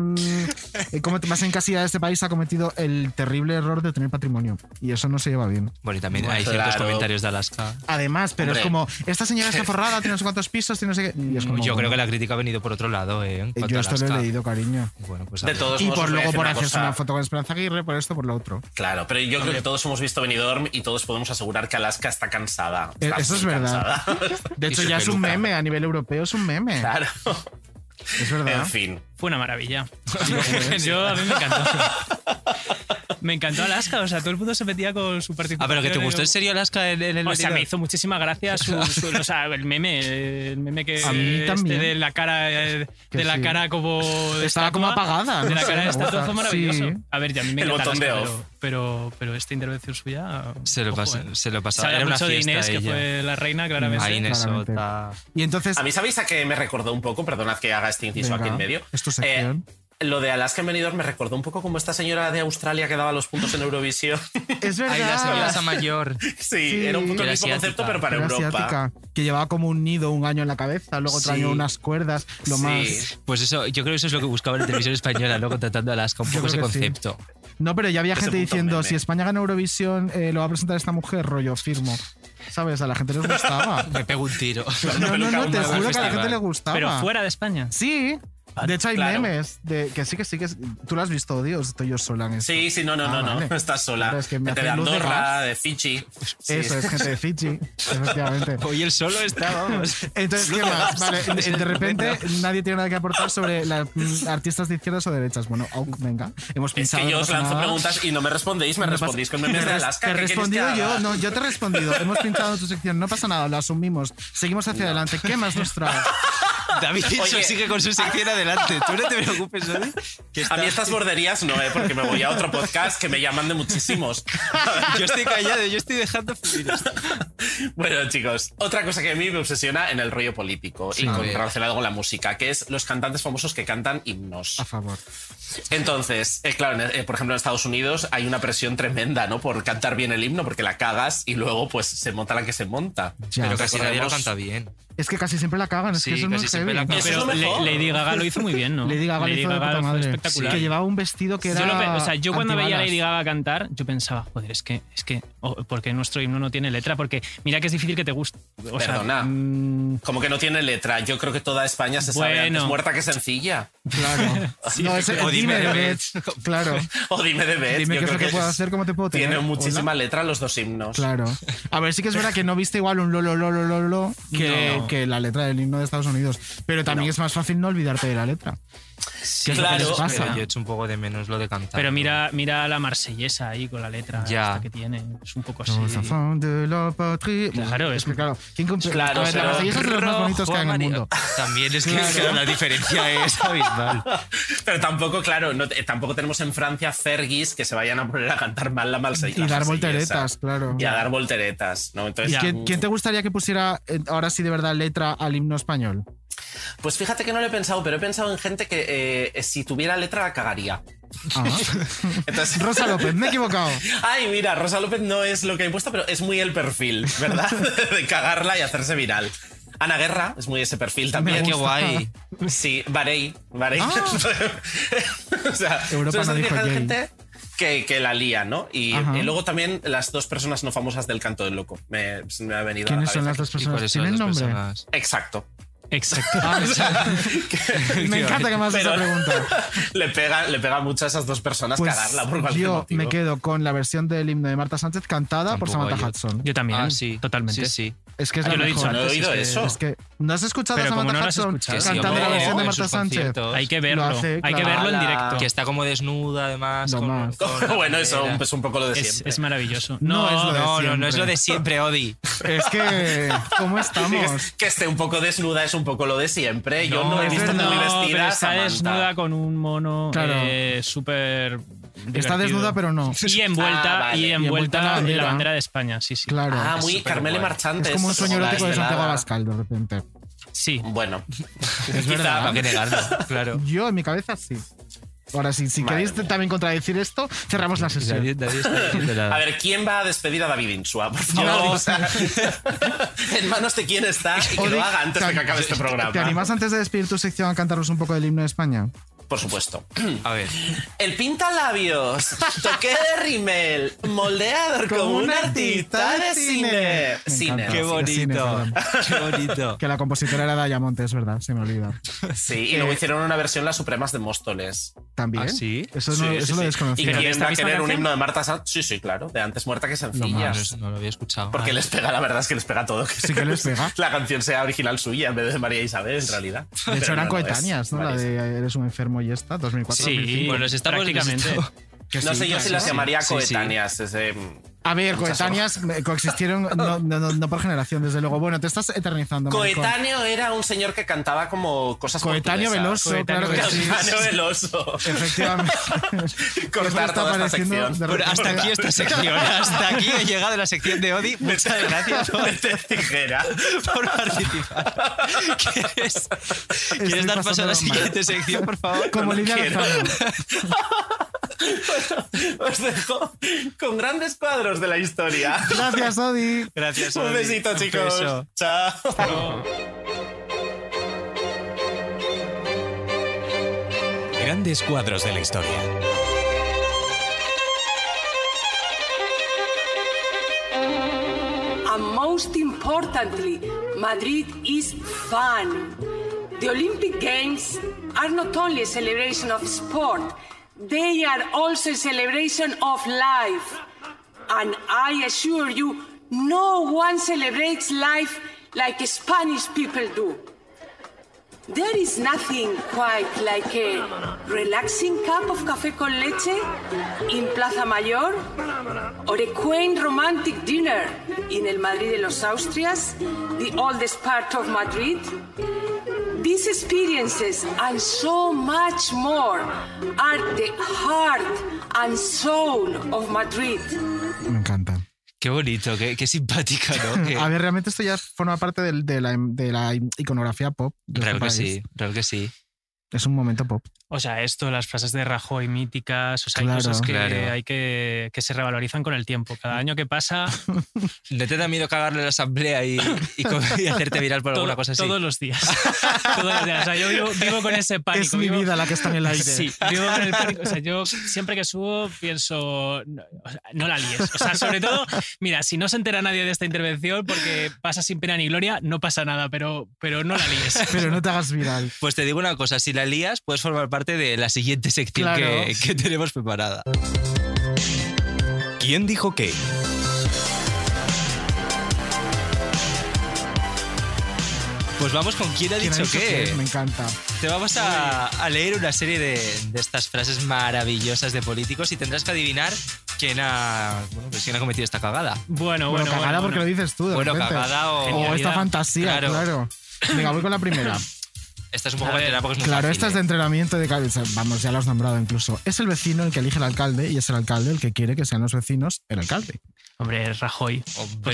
eh, como más encasillada de este país ha cometido el terrible error de tener patrimonio y eso no se lleva bien. Bueno, y también hay Claro. ciertos comentarios de Alaska. Además, pero es Hombre. como esta señora está forrada, tiene no sé cuántos pisos, tiene no sé qué. y es como, Yo creo bueno, que la crítica ha venido por otro lado, ¿eh? En eh, cuanto yo a esto lo Alaska. he leído, cariño. Bueno, pues a De ver. todos Y modos, por os voy a luego decir por una hacerse cosa. una foto con Esperanza Aguirre, por esto, por lo otro. Claro, pero yo creo que todos hemos visto Benidorm y todos podemos asegurar que Alaska está cansada. Eh, Está Eso es muy verdad. cansada. De hecho, su ya es un peluca. meme a nivel europeo, es un meme. Claro. Es verdad. En fin. Fue una maravilla. Yo a mí me encantó. Me encantó Alaska, o sea, todo el mundo se metía con su Ah, participación. pero que te gustó en serio Alaska en, en el O sea, medidor? Pues me hizo muchísima gracia su, su- o sea, el meme, el meme que A mí este también. de la cara eh, Que de la sí. cara como de Estaba como apagada, de no la sé, cara de me estatua gusta. fue maravilloso. Sí. A ver, ya a mí me El encanta botón de Alaska, off. pero, pero pero esta intervención suya Se lo, ojo, pasó, eh. se lo pasaba. Se habla Era una mucho de fiesta Inés, que ella. fue la reina, claramente. A Inés claramente. Sota. Y entonces. A mí, ¿sabéis a qué me recordó un poco? Perdonad que haga este inciso aquí Venga, en medio. es tu Eh, sección. lo de Alaska en Benidorm me recordó un poco como esta señora de Australia que daba los puntos en Eurovisión. Es verdad. Ahí la señora mayor. sí, Sí. era un poco Era el mismo asiática. concepto, pero para Era Europa. asiática, que llevaba como un nido un año en la cabeza, luego otro Sí. año unas cuerdas, lo Sí. más. Pues eso, yo creo que eso es lo que buscaba la televisión española, ¿no? Contratando a Alaska, un Yo poco ese creo que sí. concepto. No, pero ya había Ese gente punto diciendo, meme. si España gana Eurovisión, eh, lo va a presentar esta mujer, rollo, firmo. ¿Sabes? A la gente les gustaba. Me pego un tiro. No, no, no, te Una juro que a la festival. gente le gustaba. Pero fuera de España. Sí. De hecho, hay Claro. memes de que sí, que sí, que sí. tú lo has visto, Dios, estoy yo sola en esto. Sí, sí, no, no, Ah, no, no, vale. no estás sola. Claro, es que me Gente de hacen luz de Andorra, gas. de Fiji. Sí, Eso es gente de Fiji, efectivamente. Hoy el solo está, vamos. Entonces, ¿qué más? Vale, de de repente nadie tiene nada que aportar sobre las mm, artistas de izquierdas o derechas. Bueno, au, venga, hemos Es pensado. que yo no os pasa lanzo nada. preguntas y no me respondéis, me No pasa- respondís con memes de Te res- Alaska. Te he ¿qué queréis que respondido haga? yo, no, yo te he respondido. Hemos pinchado tu sección, no pasa nada, lo asumimos. Seguimos hacia adelante. ¿Qué más nos trae? David Hincho Oye. sigue con su sección adelante. Tú no te preocupes, David. que A está- mí estas borderías no, eh, porque me voy a otro podcast que me llaman de muchísimos. Yo estoy callado, yo estoy dejando fluir. esto. Bueno, chicos, otra cosa que a mí me obsesiona en el rollo político y A con- ver. relacionado con la música, que es los cantantes famosos que cantan himnos. A favor. Entonces, eh, claro, en- eh, por ejemplo, en Estados Unidos hay una presión tremenda, ¿no? Por cantar bien el himno, porque la cagas y luego, pues, se monta la que se monta. Ya. Pero casi nadie lo Recordemos- canta bien. Es que casi siempre la cagan, es Sí, que eso es muy casi siempre heavy. la cagan. Eso es lo Pero Le- mejor. Lady Gaga lo hizo muy bien, ¿no? Lady Gaga le hizo de puta fue madre. espectacular. Que llevaba un vestido que era. Yo, lo pe- o sea, yo cuando veía a antibalas. Lady Gaga cantar, yo pensaba, joder, es que, es que, oh, ¿por qué nuestro himno no tiene letra? Porque mira que es difícil que te guste. O sea, Perdona. mm, Como que no tiene letra. Yo creo que toda España se sabe Bueno. antes muerta que sencilla. Claro. no, es el o dime dime de de Bet. Claro. O dime de vez. Dime qué es lo que puedo hacer, cómo te puedo tener. Tiene Hola. muchísima letra los dos himnos. Claro. A ver, sí que es verdad que no viste igual un lolo, lolo, lolo que, No. que la letra del himno de Estados Unidos. Pero también es más fácil no olvidarte de la letra. es lo que les claro. pasa? Pero yo he hecho un poco de menos lo de cantar. pero mira, mira a la marsellesa ahí con la letra Ya. esta que tiene. Es un poco así. Los enfants de la patria. Claro, es es- que claro. ¿Quién cumple? Claro, a ver, la pero- Marsellesa es de los más bonitos que hay en el María. mundo. También es que la diferencia es abismal. Pues Pero tampoco, claro, no- eh, tampoco tenemos en Francia Fergis que se vayan a poner a cantar mal la marsellesa. Y dar Sí, volteretas, esa. claro. Y a dar volteretas, ¿no? Entonces, mm, ¿Y ¿Quién, quién te gustaría que pusiera eh, ahora sí de verdad letra al himno español? Pues fíjate que no lo he pensado, pero he pensado en gente que eh, si tuviera letra la cagaría. Ah. Entonces, Rosa López, me he equivocado. Ay, mira, Rosa López no es lo que he puesto, pero es muy el perfil, ¿verdad? De cagarla y hacerse viral. Ana Guerra es muy ese perfil también. Me Qué guay. Sí, Varey. Varey. Ah. o sea, Europa son no ese dijo tipo de Jane. gente que, que la lía, ¿no? Y Ajá. eh, luego también las dos personas no famosas del canto del loco. Me, me ha venido a la ¿Quiénes son las cabeza. dos ¿Y cuáles personas? son ¿Tienen las dos nombre? personas? Exacto. Exacto. Me encanta que me hagas esa Pero- pregunta. Le pega, le pega mucho a esas dos personas Pues cagarla por cualquier yo motivo. me quedo con la versión del himno de Marta Sánchez cantada por Tampoco Samantha hay Hudson. Yo también, Ah, sí. totalmente. Sí, sí. Es que es Ah, la yo lo he dicho mejor. No he antes, oído es que- eso. Es que no has escuchado Pero a como Samantha no lo has Hudson escuchado. Que sí, cantando la hombre, versión de en Marta sus Sánchez. conciertos. Hay que verlo. hace, hay que claro. verlo en Ala. directo. Que está como desnuda, además. Lo con- más. con la bueno, eso cadera. es un poco lo de Es, siempre. es maravilloso. No, No, es lo de No, no, no es siempre. lo de siempre, Odi. Es que, ¿cómo Sí, que- estamos? que esté un poco desnuda es un poco lo de siempre. Yo no, he es visto verdad. muy No, vestida. pero a está Samantha. desnuda con un mono Claro. eh, súper. Está divertido. desnuda, pero no. Y envuelta, Ah, vale. y Y envuelta en la bandera. bandera. de España, sí, sí. Claro. Ah, Es muy súper Carmele guay. Marchante. es como un sueño la erótico de Santiago desvelada. Abascal, de repente. Sí. Bueno, Es ¿Para verdad. qué negarlo? Claro. Yo, en mi cabeza, sí. Ahora, sí, si Madre queréis mía. también contradecir esto, cerramos la sesión. Nadie- nadie está diciendo nada. a ver, ¿quién va a despedir a David Insua? Por favor. Yo. O sea, en manos de quién está y que Odi, lo haga antes de te- que acabe este programa. ¿Te animas antes de despedir tu sección a cantaros un poco del himno de España? Por supuesto. A ver. El pintalabios, toque de rimel, moldeador como, un artista de cine. Me Cine. encanta. Qué Qué cine, bonito. perdón. Qué bonito. Que la compositora era Daya Montes, ¿verdad? Se me olvida. Sí, y luego hicieron una versión las Supremas de Móstoles. También. Eso, no, Ah, Sí, eso sí, lo sí. desconocía. ¿Y quién va a querer un canción? himno de Marta Sanz? Sí, sí, claro. De antes muerta que sencillas. No, lo había escuchado. Porque les pega, la verdad es que les pega todo. Sí que les pega. La canción sea original suya en vez de María Isabel, en realidad. De hecho, Pero eran no lo es. coetáneas, ¿no? La de Eres un enfermo y esta, 2004. Sí, 2005. pues los estamos- Prácticamente. los estamos- Que no sí, sé yo claro. si las Sí, llamaría sí, sí. coetáneas. desde- A ver, Muchas coetáneas eh, coexistieron, no, no- no- no por generación, desde luego. Bueno, te estás eternizando. maricón. Coetáneo era un señor que cantaba como cosas Coetáneo portuguesas. Veloso, Coetáneo claro que sí. Coetáneo Veloso. Efectivamente. Cortar está toda esta apareciendo sección. de Pero hasta aquí esta sección, hasta aquí he llegado a la sección de Odi. Muchas gracias por, Vete tijera. por participar. ¿Quieres, ¿quieres dar paso a la pasándolo mal. siguiente sección, por favor? No, No, no no quiero. quiero. Bueno, Os dejo con grandes cuadros de la historia. Gracias, Odi. Gracias, Un Odi. besito, Un chicos. beso. Chao. Grandes cuadros de la historia. And most importantly, Madrid is fun. The Olympic Games are not only a celebration of sport, they are also a celebration of life. And I assure you, no one celebrates life like Spanish people do. There is nothing quite like a relaxing cup of café con leche in Plaza Mayor or a quaint romantic dinner in El Madrid de los Austrias, the oldest part of Madrid. These experiences and so much more are the heart and soul of Madrid. Me encanta. Qué bonito, qué, qué simpática, ¿no? Que- A ver, realmente esto ya forma parte del- de, la, de la iconografía pop. de Claro este que país. sí, claro que sí. Es un momento pop. O sea, esto, las frases de Rajoy míticas, o sea, Claro. hay cosas que, Claro. hay que, que se revalorizan con el tiempo. Cada año que pasa, ¿No te da miedo cagarle la asamblea y, y co- y hacerte viral por alguna todo- cosa así? todos los días. Todos los días. O sea, yo vivo, vivo con ese pánico. es mi vivo- vida la que está en el aire. Sí, vivo con el pánico. O sea, yo siempre que subo pienso, no, o sea, no la líes. O sea, sobre todo, mira, si no se entera nadie de esta intervención porque pasa sin pena ni gloria, no pasa nada, pero, pero no la líes. Pero no te hagas viral. Pues te digo una cosa, si la lías, puedes formar parte de la siguiente sección Claro. que, que tenemos preparada. ¿Quién dijo qué? Pues vamos con quién ha ¿Quién ha dicho dicho qué. qué? Me encanta. Te vamos a, a leer una serie de, de estas frases maravillosas de políticos y tendrás que adivinar quién ha, bueno, pues quién ha cometido esta cagada. Bueno, Bueno, bueno. cagada bueno, porque bueno. lo dices tú. De Bueno, repente. cagada o esta genialidad. fantasía, Claro. claro. Venga, voy con la primera. Esta es un poco más porque es muy Claro, fácil, esta es de ¿eh? entrenamiento de cabeza. Vamos, ya lo has nombrado incluso. Es el vecino el que elige el alcalde y es el alcalde el que quiere que sean los vecinos el alcalde. Hombre, Rajoy. por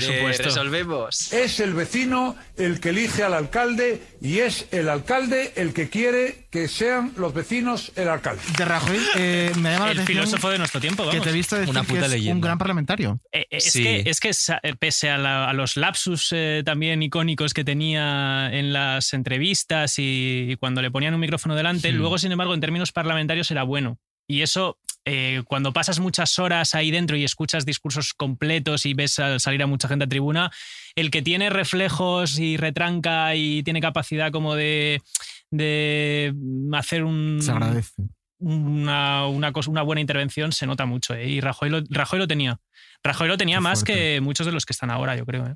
Hombre, supuesto. Resolvemos. Es el vecino el que elige al alcalde y es el alcalde el que quiere que sean los vecinos el alcalde. De Rajoy eh, me llama la El atención filósofo de nuestro tiempo, vamos. que te he visto decir Una que puta es un leyenda. gran parlamentario. Eh, eh, Es, Sí. que, es que sa- eh, pese a, la- a los lapsus eh, también icónicos que tenía en las entrevistas y, y cuando le ponían un micrófono delante, Hmm. luego, sin embargo, en términos parlamentarios era bueno. Y eso, eh, cuando pasas muchas horas ahí dentro y escuchas discursos completos y ves al salir a mucha gente a tribuna, el que tiene reflejos y retranca y tiene capacidad como de, de hacer un, Se agradece. una, una, cosa, una buena intervención se nota mucho. ¿eh? Y Rajoy lo, Rajoy lo tenía. Rajoy lo tenía Qué más fuerte. que muchos de los que están ahora, yo creo. ¿eh?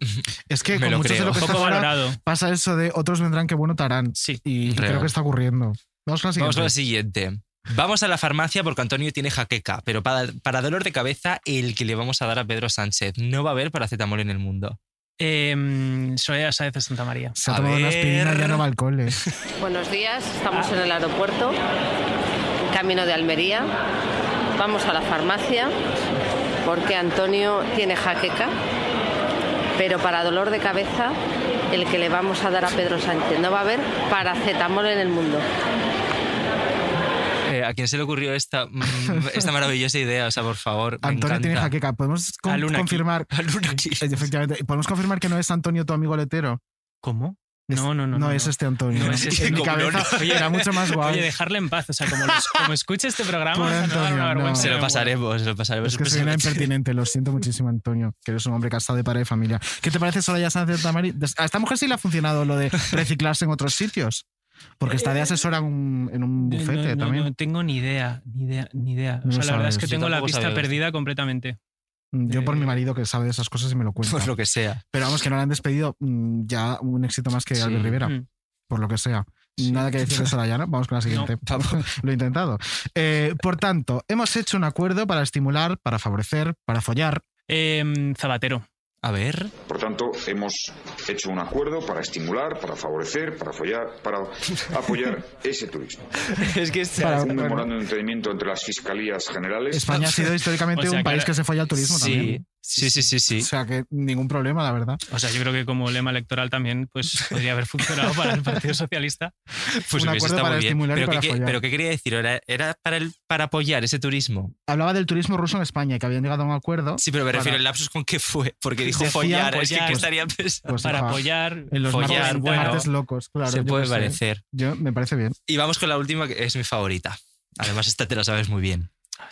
Es Me que con lo muchos de creo. lo que Poco está ahora valorado. pasa eso de otros vendrán que bueno tarán. Sí. Y, y Real. creo que está ocurriendo. Vamos con la Vamos siguiente. a la siguiente. Vamos a la farmacia porque Antonio tiene jaqueca, pero para, para dolor de cabeza, el que le vamos a dar a Pedro Sánchez. No va a haber paracetamol en el mundo. Eh, Soraya Sáez de Santa María. Se ha A tomado una aspirina y ya ver. no va al cole. Buenos días, estamos en el aeropuerto, camino de Almería. Vamos a la farmacia porque Antonio tiene jaqueca, pero para dolor de cabeza, el que le vamos a dar a Pedro Sánchez. No va a haber paracetamol en el mundo. Eh, ¿A quién se le ocurrió esta, mm, esta maravillosa idea? O sea, por favor. me Antonio tiene encanta. jaqueca. Podemos con- A Luna aquí. confirmar. A Luna aquí. Efectivamente. Podemos confirmar que no es Antonio tu amigo letero. ¿Cómo? Es- No, no, no. No, es este Antonio. No es este, en mi como cabeza no, no. Oye, era mucho más guay. Oye, dejarle en paz. O sea, como, los- como escuche este programa, Pobre se nos va a dar Antonio, una no. vergüenza. Se lo de- pasaremos, se lo pasaremos. Es que soy una impertinente, lo siento muchísimo, Antonio, que eres un hombre casado de padre de familia. ¿Qué te parece Soraya Sánchez de Tamari? A esta mujer sí le ha funcionado lo de reciclarse en otros sitios. Porque está de asesora en un, en un Eh, No, bufete no, no, también. no tengo ni idea, ni idea, ni idea. No o sea, la verdad sabes. es que Yo tengo la tampoco pista sabía esto. perdida completamente. Mm, Yo eh, por mi marido que sabe de esas cosas y me lo cuenta. Pues lo que sea. Pero vamos, que no le han despedido mm, ya un éxito más que Sí. Albert Rivera, Mm. por lo que sea. Nada que decir de Sorayana, vamos con la siguiente. lo he intentado. Eh, por tanto, hemos hecho un acuerdo para estimular, para favorecer, para follar. Em, Zapatero. A ver. Por tanto, hemos hecho un acuerdo para estimular, para favorecer, para follar, para apoyar ese turismo. es que este un memorando de entendimiento entre las fiscalías generales. España ha sido históricamente O sea, un país ahora- que se folla al turismo Sí. también. Sí, sí, sí, sí. O sea que ningún problema, la verdad. O sea, yo creo que como lema electoral también pues podría haber funcionado para el Partido Socialista. Pues hubiese Un acuerdo estado para muy bien. estimular y pero, para ¿qué, qué- follar. pero qué quería decir? ¿Era, era para, el- para apoyar ese turismo? Hablaba del turismo ruso en España y que habían llegado a un acuerdo. Sí, pero me para- refiero al lapsus con qué fue. Porque dijo Decía follar. Es que, follar. ¿qué estaría pensando? Pues, ajá, en los follar, martes, bueno, martes locos, claro. se yo puede qué sé. parecer. Yo me parece bien. Y vamos con la última, que es mi favorita. Además, esta te la sabes muy bien. Ah,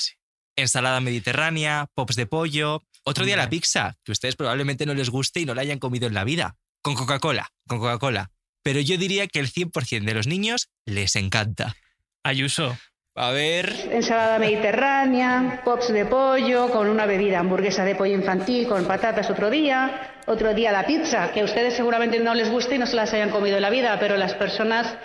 Ensalada mediterránea, pops de pollo. Otro día la pizza, que ustedes probablemente no les guste y no la hayan comido en la vida. Con Coca-Cola, con Coca-Cola. Pero yo diría que el 100% de los niños les encanta. Ayuso. A ver. Ensalada mediterránea, pops de pollo, con una bebida, hamburguesa de pollo infantil, con patatas otro día, otro día la pizza, que a ustedes seguramente no les guste y no se las hayan comido en la vida, pero las personas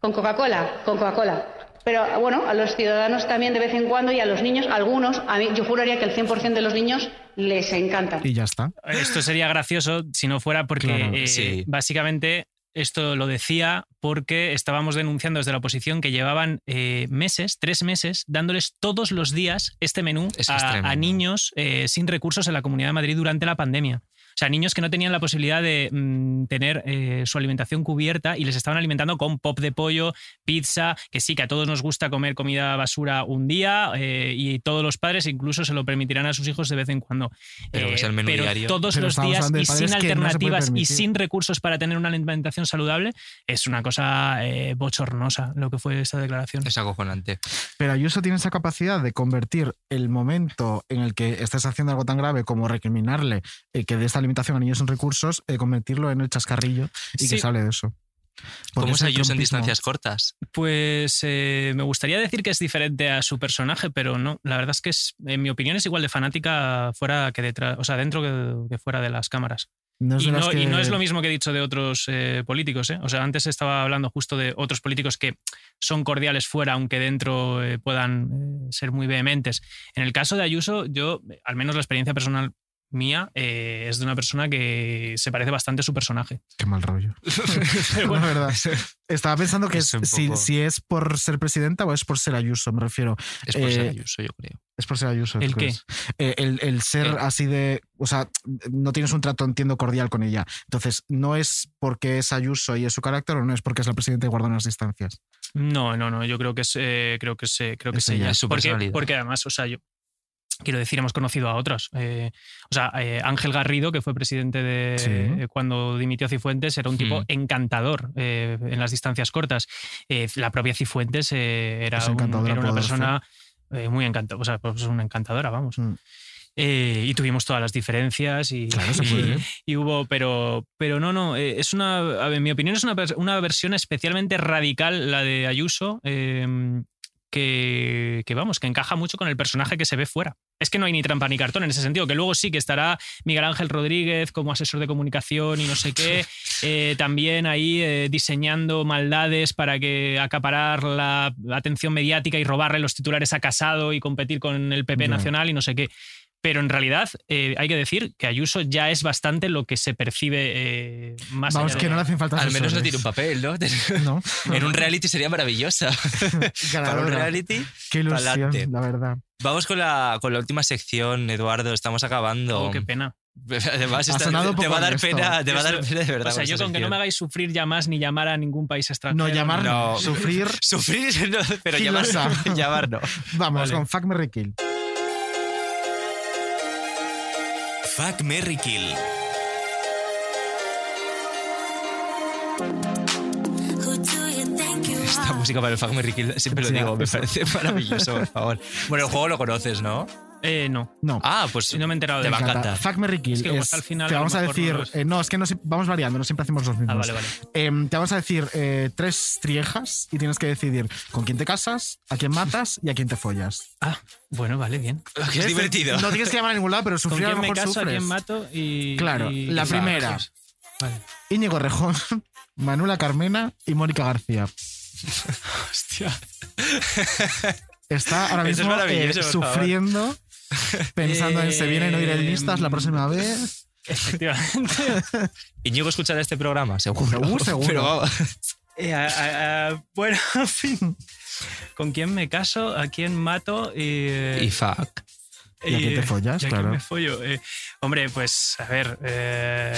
con Coca-Cola, con Coca-Cola. Pero bueno, a los ciudadanos también de vez en cuando y a los niños, algunos, a mí, yo juraría que el 100% de los niños les encanta. Y ya está. Esto sería gracioso si no fuera porque Claro, eh, sí. básicamente esto lo decía porque estábamos denunciando desde la oposición que llevaban eh, meses, tres meses, dándoles todos los días este menú Es que es a, tremendo. a niños eh, sin recursos en la Comunidad de Madrid durante la pandemia. O sea, niños que no tenían la posibilidad de mm, tener eh, su alimentación cubierta y les estaban alimentando con pop de pollo, pizza, que sí, que a todos nos gusta comer comida basura un día eh, y todos los padres incluso se lo permitirán a sus hijos de vez en cuando. Eh, Pero que sea el menú pero diario. todos Pero los estamos días hablando de y padres sin que no se puede alternativas y permitir. sin recursos para tener una alimentación saludable es una cosa eh, bochornosa lo que fue esta declaración. Es acojonante. Pero Ayuso tiene esa capacidad de convertir el momento en el que estás haciendo algo tan grave como recriminarle eh, que de esta limitación a niños sin recursos, eh, convertirlo en el chascarrillo y que Sí. se hable de eso. Porque ¿Cómo es se ayusa el en trumpismo. distancias cortas? Pues eh, me gustaría decir que es diferente a su personaje, pero no. La verdad es que es, en mi opinión es igual de fanática fuera que detrás, o sea, dentro que, que fuera de las cámaras. No es y, de las no, y no que- es lo mismo que he dicho de otros eh, políticos. ¿eh? O sea, antes estaba hablando justo de otros políticos que son cordiales fuera, aunque dentro eh, puedan eh, ser muy vehementes. En el caso de Ayuso, yo, eh, al menos la experiencia personal mía, eh, es de una persona que se parece bastante a su personaje. Qué mal rollo. La verdad. Estaba pensando que Es un si, poco- si es por ser presidenta o es por ser Ayuso, me refiero. Es por ser Eh, Ayuso, yo creo. Es por ser Ayuso. ¿El ¿tú crees? Eh, el, el ser El- así de. O sea, no tienes un trato, entiendo, cordial con ella. Entonces, no es porque es Ayuso y es su carácter, o no es porque es la presidenta y guarda unas distancias. No, no, no. Yo creo que es, eh, creo que es, eh, creo que Es es ella. ella, es su porque, personalidad. porque además, o sea, yo quiero decir, hemos conocido a otras. Eh, o sea, eh, Ángel Garrido, que fue presidente de Sí. eh, cuando dimitió Cifuentes, era un tipo Hmm. encantador eh, en las distancias cortas. Eh, la propia Cifuentes eh, era, Es un- encantadora, era una puedo persona eh, muy encantadora, o sea, pues una encantadora, vamos. Mm. Eh, y tuvimos todas las diferencias y, se y- puede ¿eh? ver. y hubo, pero, pero no, no, eh, es una, a ver, en mi opinión es una, pers- una versión especialmente radical la de Ayuso, eh, que, que vamos, que encaja mucho con el personaje que se ve fuera. Es que no hay ni trampa ni cartón en ese sentido, que luego sí que estará Miguel Ángel Rodríguez como asesor de comunicación y no sé qué, eh, también ahí eh, diseñando maldades para que acaparar la atención mediática y robarle los titulares a Casado y competir con el PP Ya. nacional y no sé qué. Pero en realidad eh, hay que decir que Ayuso ya es bastante lo que se percibe eh, más Vamos, allá que de- no le hacen falta Al menos no asesores. tiene un papel, ¿no? No. en un reality sería maravillosa. Para un Ganadora. reality, Qué ilusión, pa'lante. la verdad. Vamos con la, con la última sección, Eduardo. Estamos acabando. Oh, qué pena. Además, Ha esta- sonado te, te poco va a dar honesto. pena, te va a dar Eso- pena de verdad. O sea, con yo esta con que no sección. me hagáis sufrir ya más ni llamar a ningún país extranjero. No, llamar no. Sufrir. Sufrir, no, pero Sí, llamar, lo sabe. llamar no. Vamos Vale. con Fuck Mary Kill. Fuck Mary Kill. Esta ah, música para el Fuck Mary Kill, siempre lo Ya, digo, me eso. parece maravilloso, por favor. Bueno, el juego lo conoces, ¿no? Eh, no. No. Ah, pues no me he enterado te de va a eso. encantar. Fuck Mary Kill. Es que como es- está al final, te a lo vamos a, mejor no decir. los- Ah, eh, no, es que no, sé- vamos variando, no siempre hacemos los mismos. vale, vale. Em, te vamos a decir eh, tres triejas y tienes que decidir con quién te casas, a quién matas y a quién te follas. Ah, bueno, vale, bien. Que es ¿Ves? divertido. No tienes que llamar a ningún lado, pero ¿Con sufrir a quién lo me mejor caso, a sufres. quién mato y. Claro, y- la Exacto. primera. Vale. Íñigo Rejón, Manuela Carmena y Mónica García. Hostia. Está ahora Eso es mismo eh, maravilloso, por favor. sufriendo, pensando en se viene no ir en listas la Em, próxima vez. Efectivamente. Y Ñigo escuchará este programa, seguro. Seguro, seguro. Pero vamos. Eh, a- a- a- bueno, en fin. ¿Con quién me caso? ¿A quién mato? Y, eh, Y fuck. ¿Y a quién te eh, follas? ¿y a quién Claro. me follo? Eh, hombre, pues a ver. eh,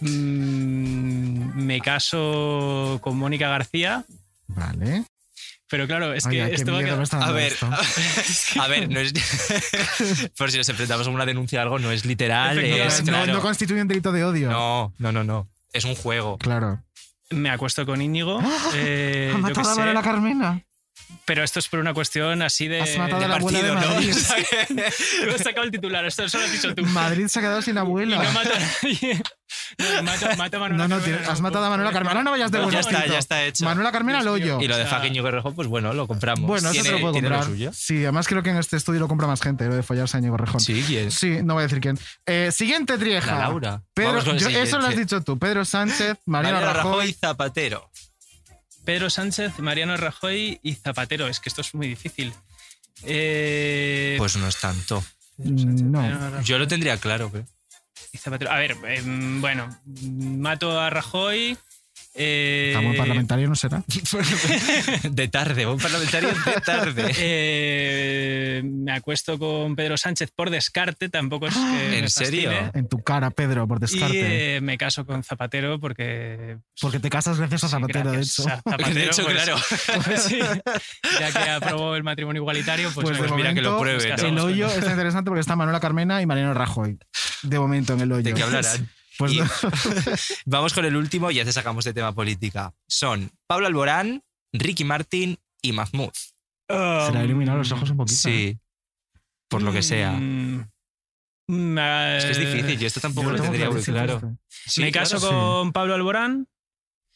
mm, me caso con Mónica García, Vale. pero claro, es Ay, que ay, qué esto va a miedo quedar- me está A dando ver, esto. a ver, no es. Por si nos enfrentamos a una denuncia o algo, no es literal. Efectivamente. Es, Eh, No, claro. no constituye un delito de odio. no, no, no, no. Es un juego. Claro. Me acuesto con Íñigo. ¡Ah! eh, Ha yo qué matado a sé, Manuela Carmena. pero esto es por una cuestión así de. Has matado de a la abuela partido. de partido, ¿no? Madrid. O sea que- Tú has sacado el titular, esto solo has dicho tú. Madrid se ha quedado sin Y abuela. no mata a nadie. No, mata, mata a Manuela No, no, Carmena. tienes- has matado a Manuela Carmena. Ahora no vayas de No, buen ya está, espíritu. ya está hecho. Manuela Carmena al Dios mío. hoyo. Y lo de O sea- fucking Ñigo Rejón, pues bueno, lo compramos. Bueno, eso se lo puedo ¿tiene comprar. suyo? Sí, además creo que en este estudio lo compra más gente, lo de follarse a Ñigo Rejón. Sí, ¿quién? Sí, no voy a decir quién. Eh, siguiente trieja. La Laura. Pedro- Vamos con el yo- eso lo has siguiente. dicho tú. Pedro Sánchez, Mariano Mariano Rajoy. Rajoy Zapatero. Pedro Sánchez, Mariano Rajoy y Zapatero. Es que esto es muy difícil. Eh, Pues no es tanto. No. Mariano Rajoy Yo lo tendría claro, pero. y Zapatero. A ver, em, bueno, mato a Rajoy. eh, Está muy parlamentario, ¿no será? De tarde, un parlamentario de tarde. eh, me acuesto con Pedro Sánchez por descarte, tampoco es que ¿En me serio? fascine. ¡Ah! En tu cara, Pedro, por Y descarte. eh, me caso con Zapatero porque Porque te casas gracias a Sí, Zapatero, gracias de hecho. a Zapatero, De hecho, pues- claro. pues sí, ya que aprobó el matrimonio igualitario, pues, Pues bueno, de mira que lo momento, pruebe, pues ¿no? El Vamos con hoyo eso. está interesante porque está Manuela Carmena y Mariano Rajoy. De momento en el hoyo. De que hablarán. Pues Y- um, no. Vamos con el último y ya te sacamos de tema política. Son Pablo Alborán, Ricky Martin y Mahmoud. Um, Se le ha iluminado los ojos un poquito. ¿eh? Sí. Por lo que sea. mm, Es que es eh, difícil, yo esto Yo tampoco lo, tengo tendría muy clarísimo claro. esto. Sí, me claro. caso claro. con Pablo Alborán,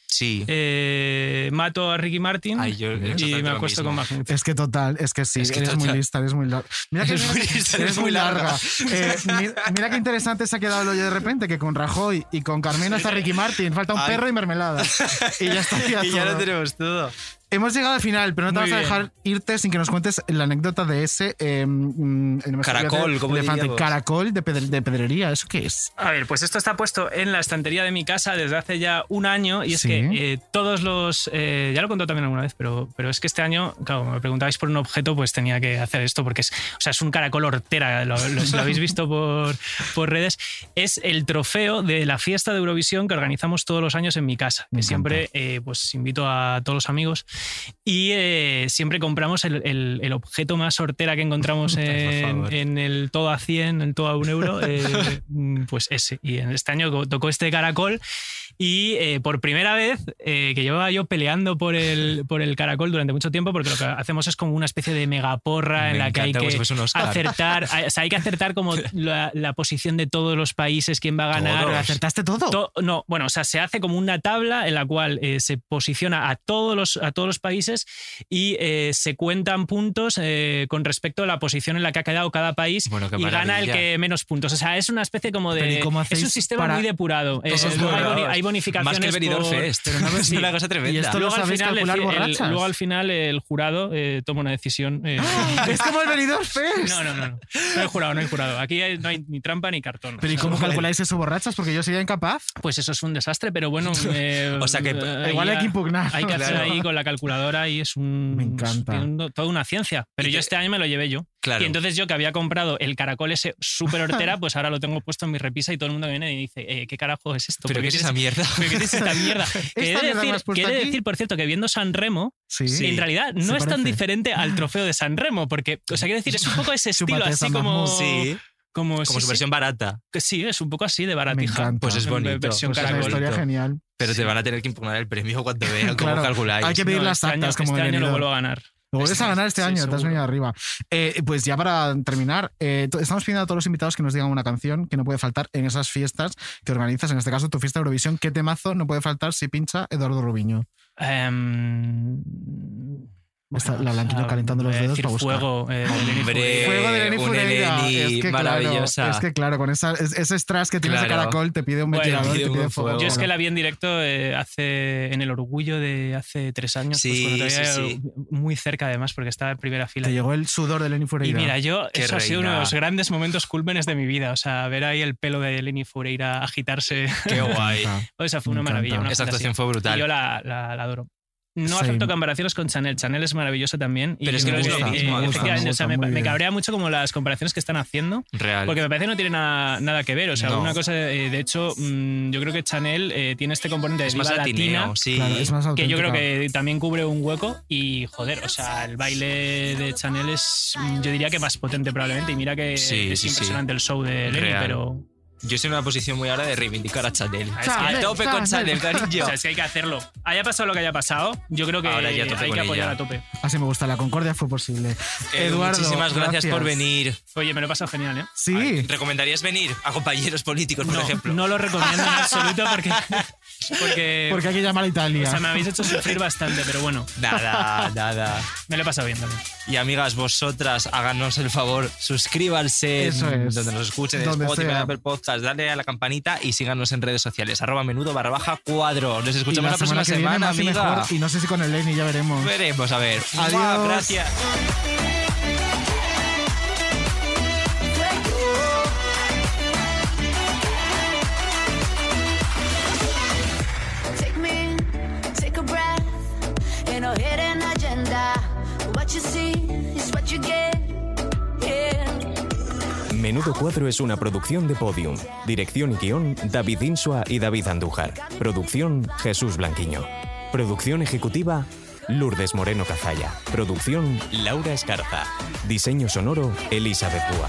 Sí. eh, mato a Ricky Martin Ay, yo- y exactamente me lo acuesto mismo. con Mahmoud. Es que total, es que sí, Es que eres muy total. lista, eres muy larga. Mira que Eres muy lista, eres muy larga. Eh, mi- mira qué interesante se ha quedado el hoyo de repente, que con Rajoy y con Carmena está Ricky Martin. Falta un Ay. perro y mermelada. Y ya está. ya Y ya lo todo. tenemos todo. Hemos llegado al final, pero no te Muy vas bien. a dejar irte sin que nos cuentes la anécdota de ese eh, mm, mm, Caracol, ¿cómo elefante. diríamos? Caracol de, pedre- de pedrería, ¿eso qué es? A ver, pues esto está puesto en la estantería de mi casa desde hace ya un año y es Sí. que eh, todos los... eh, ya lo he contado también alguna vez, pero, pero es que este año, claro, como me preguntabais por un objeto, pues tenía que hacer esto porque es, o sea, es un caracol hortera, lo, lo- lo habéis visto por, por redes. Es el trofeo de la fiesta de Eurovisión que organizamos todos los años en mi casa, Me que siempre eh, pues invito a todos los amigos y eh, siempre compramos el, el- el objeto más hortera que encontramos en, favor. en el todo a 100, en el todo a un euro, eh, mm, pues ese. Y en este año co- tocó este caracol y eh, por primera vez eh, que llevaba yo peleando por el, por el caracol durante mucho tiempo, porque lo que hacemos es como una especie de megaporra en Me la que hay encanta, pues como si fuese que un Oscar. acertar, hay- o sea, hay que acertar como la, la posición de todos los países, quién va a ganar, Todos. acertar ¿Acertaste todo? To- no, bueno, o sea, se hace como una tabla en la cual eh, se posiciona a todos los, a todos los países y eh, se cuentan puntos eh, con respecto a la posición en la que ha quedado cada país Bueno, qué y gana el maravilla. que menos puntos. O sea, es una especie como Pero, de. ¿y cómo es hacéis un sistema para- muy depurado. Eh, Todos luego hay, borrados. boni- hay bonificaciones. Más que el venidor por- fest. es una cosa tremenda. Y esto lo Luego al, sabéis final, el- calcular el- borrachas. luego al final el jurado eh, toma una decisión. eh, es como el venidor Fest. no, no, no, no. No hay jurado, no hay jurado. Aquí hay- no hay ni trampa ni cartón. Pero ¿y O sea, cómo calculáis eso borrachas? Porque yo sería incapaz. Pues eso es un desastre, pero bueno. eh, O sea que, ahí Igual hay ya- que impugnar. Hay que hacer Claro. ahí con la calculadora y es un. Me encanta. es- tiene un- toda una ciencia. Pero Y yo te- este año me lo llevé yo. Claro. Y entonces yo que había comprado el caracol ese súper hortera, pues ahora lo tengo puesto en mi repisa y todo el mundo viene y dice, eh, ¿qué carajo es esto? ¿Pero ¿Por qué es esa tienes- mierda? por qué tienes esta mierda? Que he mierda de me decir, has puesto que he de aquí. decir, por cierto, que viendo San Remo, Sí. en realidad no es se tan parece. diferente al trofeo de San Remo, porque, o sea, quiero decir, es un poco ese estilo Chúpate así esa como. mamut. Sí, Como, como sí, su sí, versión barata. que sí, es un poco así de baratija. encanta. Pues es En bonito. versión Pues es una caracol. historia genial. Pero te van a tener que impugnar el premio cuando vean cómo Claro, calculáis. hay que pedir No, las este año- actas como este el año lo venidor. vuelvo a ganar. Lo vuelves a ganar este año, te has venido arriba. Eh, pues ya para terminar, eh, to- estamos pidiendo a todos los invitados que nos digan una canción que no puede faltar en esas fiestas que organizas, en este caso tu fiesta de Eurovisión. ¿Qué temazo no puede faltar si pincha Eduardo Rubiño? Em, Está la Blanquino ah, calentando los voy a dedos decir para buscar. Ah, fuego, eh, de Eleni Hombre, Fureira. Fuego de Eleni un Fureira. Eleni es que maravillosa. Claro, es que claro, con esa, es- ese strass que tienes de Claro. caracol te pide un Bueno, ventilador, pide te un pide fuego. fuego. Yo es que Claro. la vi en directo eh, hace en el orgullo de hace tres años, pues, Sí, cuando te sí, veía sí. muy cerca además, porque estaba en primera fila. Te llegó el sudor de Lenny Y Fureira. mira, yo, Qué eso ha sido uno de reina. los grandes momentos cúlmenes de mi vida. O sea, ver ahí el pelo de Eleni Fureira agitarse. Qué guay. Ah, o sea, fue Me una maravilla. encanta. una Esa fantasía. actuación fue brutal. Y yo la, la- la adoro. No Same. acepto comparaciones con Chanel. Chanel es maravilloso también. y Pero es yo que no creo es lo mismo, eh, además. efectivamente, o sea, me, Muy me bien. cabrea mucho como las comparaciones que están haciendo. Real. Porque me parece que no tiene nada, nada que ver. O sea, No. una cosa, eh, de hecho, mm, yo creo que Chanel eh, tiene este componente de Es más diva latineo, latina, sí. Claro, es más eh, que yo auténtica. creo que también cubre un hueco y joder, o sea, el baile de Chanel es, mm, yo diría que más potente probablemente. Y mira que Sí, es sí, sí. impresionante el show de Lenny, Real. pero Yo estoy en una posición muy ahora de reivindicar a Chanel. es que- a tope con Chanel, cariño. O sea, es que hay que hacerlo. Haya pasado lo que haya pasado, yo creo que Ahora ya a tope hay con que Eh, apoyar ella. a tope. Así me gusta, la concordia fue posible. Edu, Eduardo, Eh, muchísimas gracias, por venir. Oye, me lo he pasado genial, ¿eh? Sí. ¿Recomendarías venir a compañeros políticos, por ejemplo? No lo recomiendo en absoluto porque. Porque, Porque hay que llamar a Italia. o sea, me habéis hecho sufrir bastante, pero bueno. Nada, nada. Me lo he pasado bien también. Y amigas, vosotras, háganos el favor, suscríbanse Eso en es. donde nos escuchen, en Donde Spotify, sea. Apple Podcast, dale a la campanita y síganos en redes sociales, arroba menudo barra baja cuadro. Nos Y escuchamos la la, próxima que viene semana, más y amiga. mejor, y no sé si con el Lenny ya veremos. Veremos, a ver. Adiós. ¡Mua! Gracias. Take me, take a breath, ain't no hidden agenda. What you see is what you get. Yeah. Menudo Cuadro es una producción de Podium. Dirección y guión, David Insua y David Andújar. Producción, Jesús Blanquiño. Producción ejecutiva, Lourdes Moreno Cazalla. Producción, Laura Escarza. Diseño sonoro, Elizabeth Búa.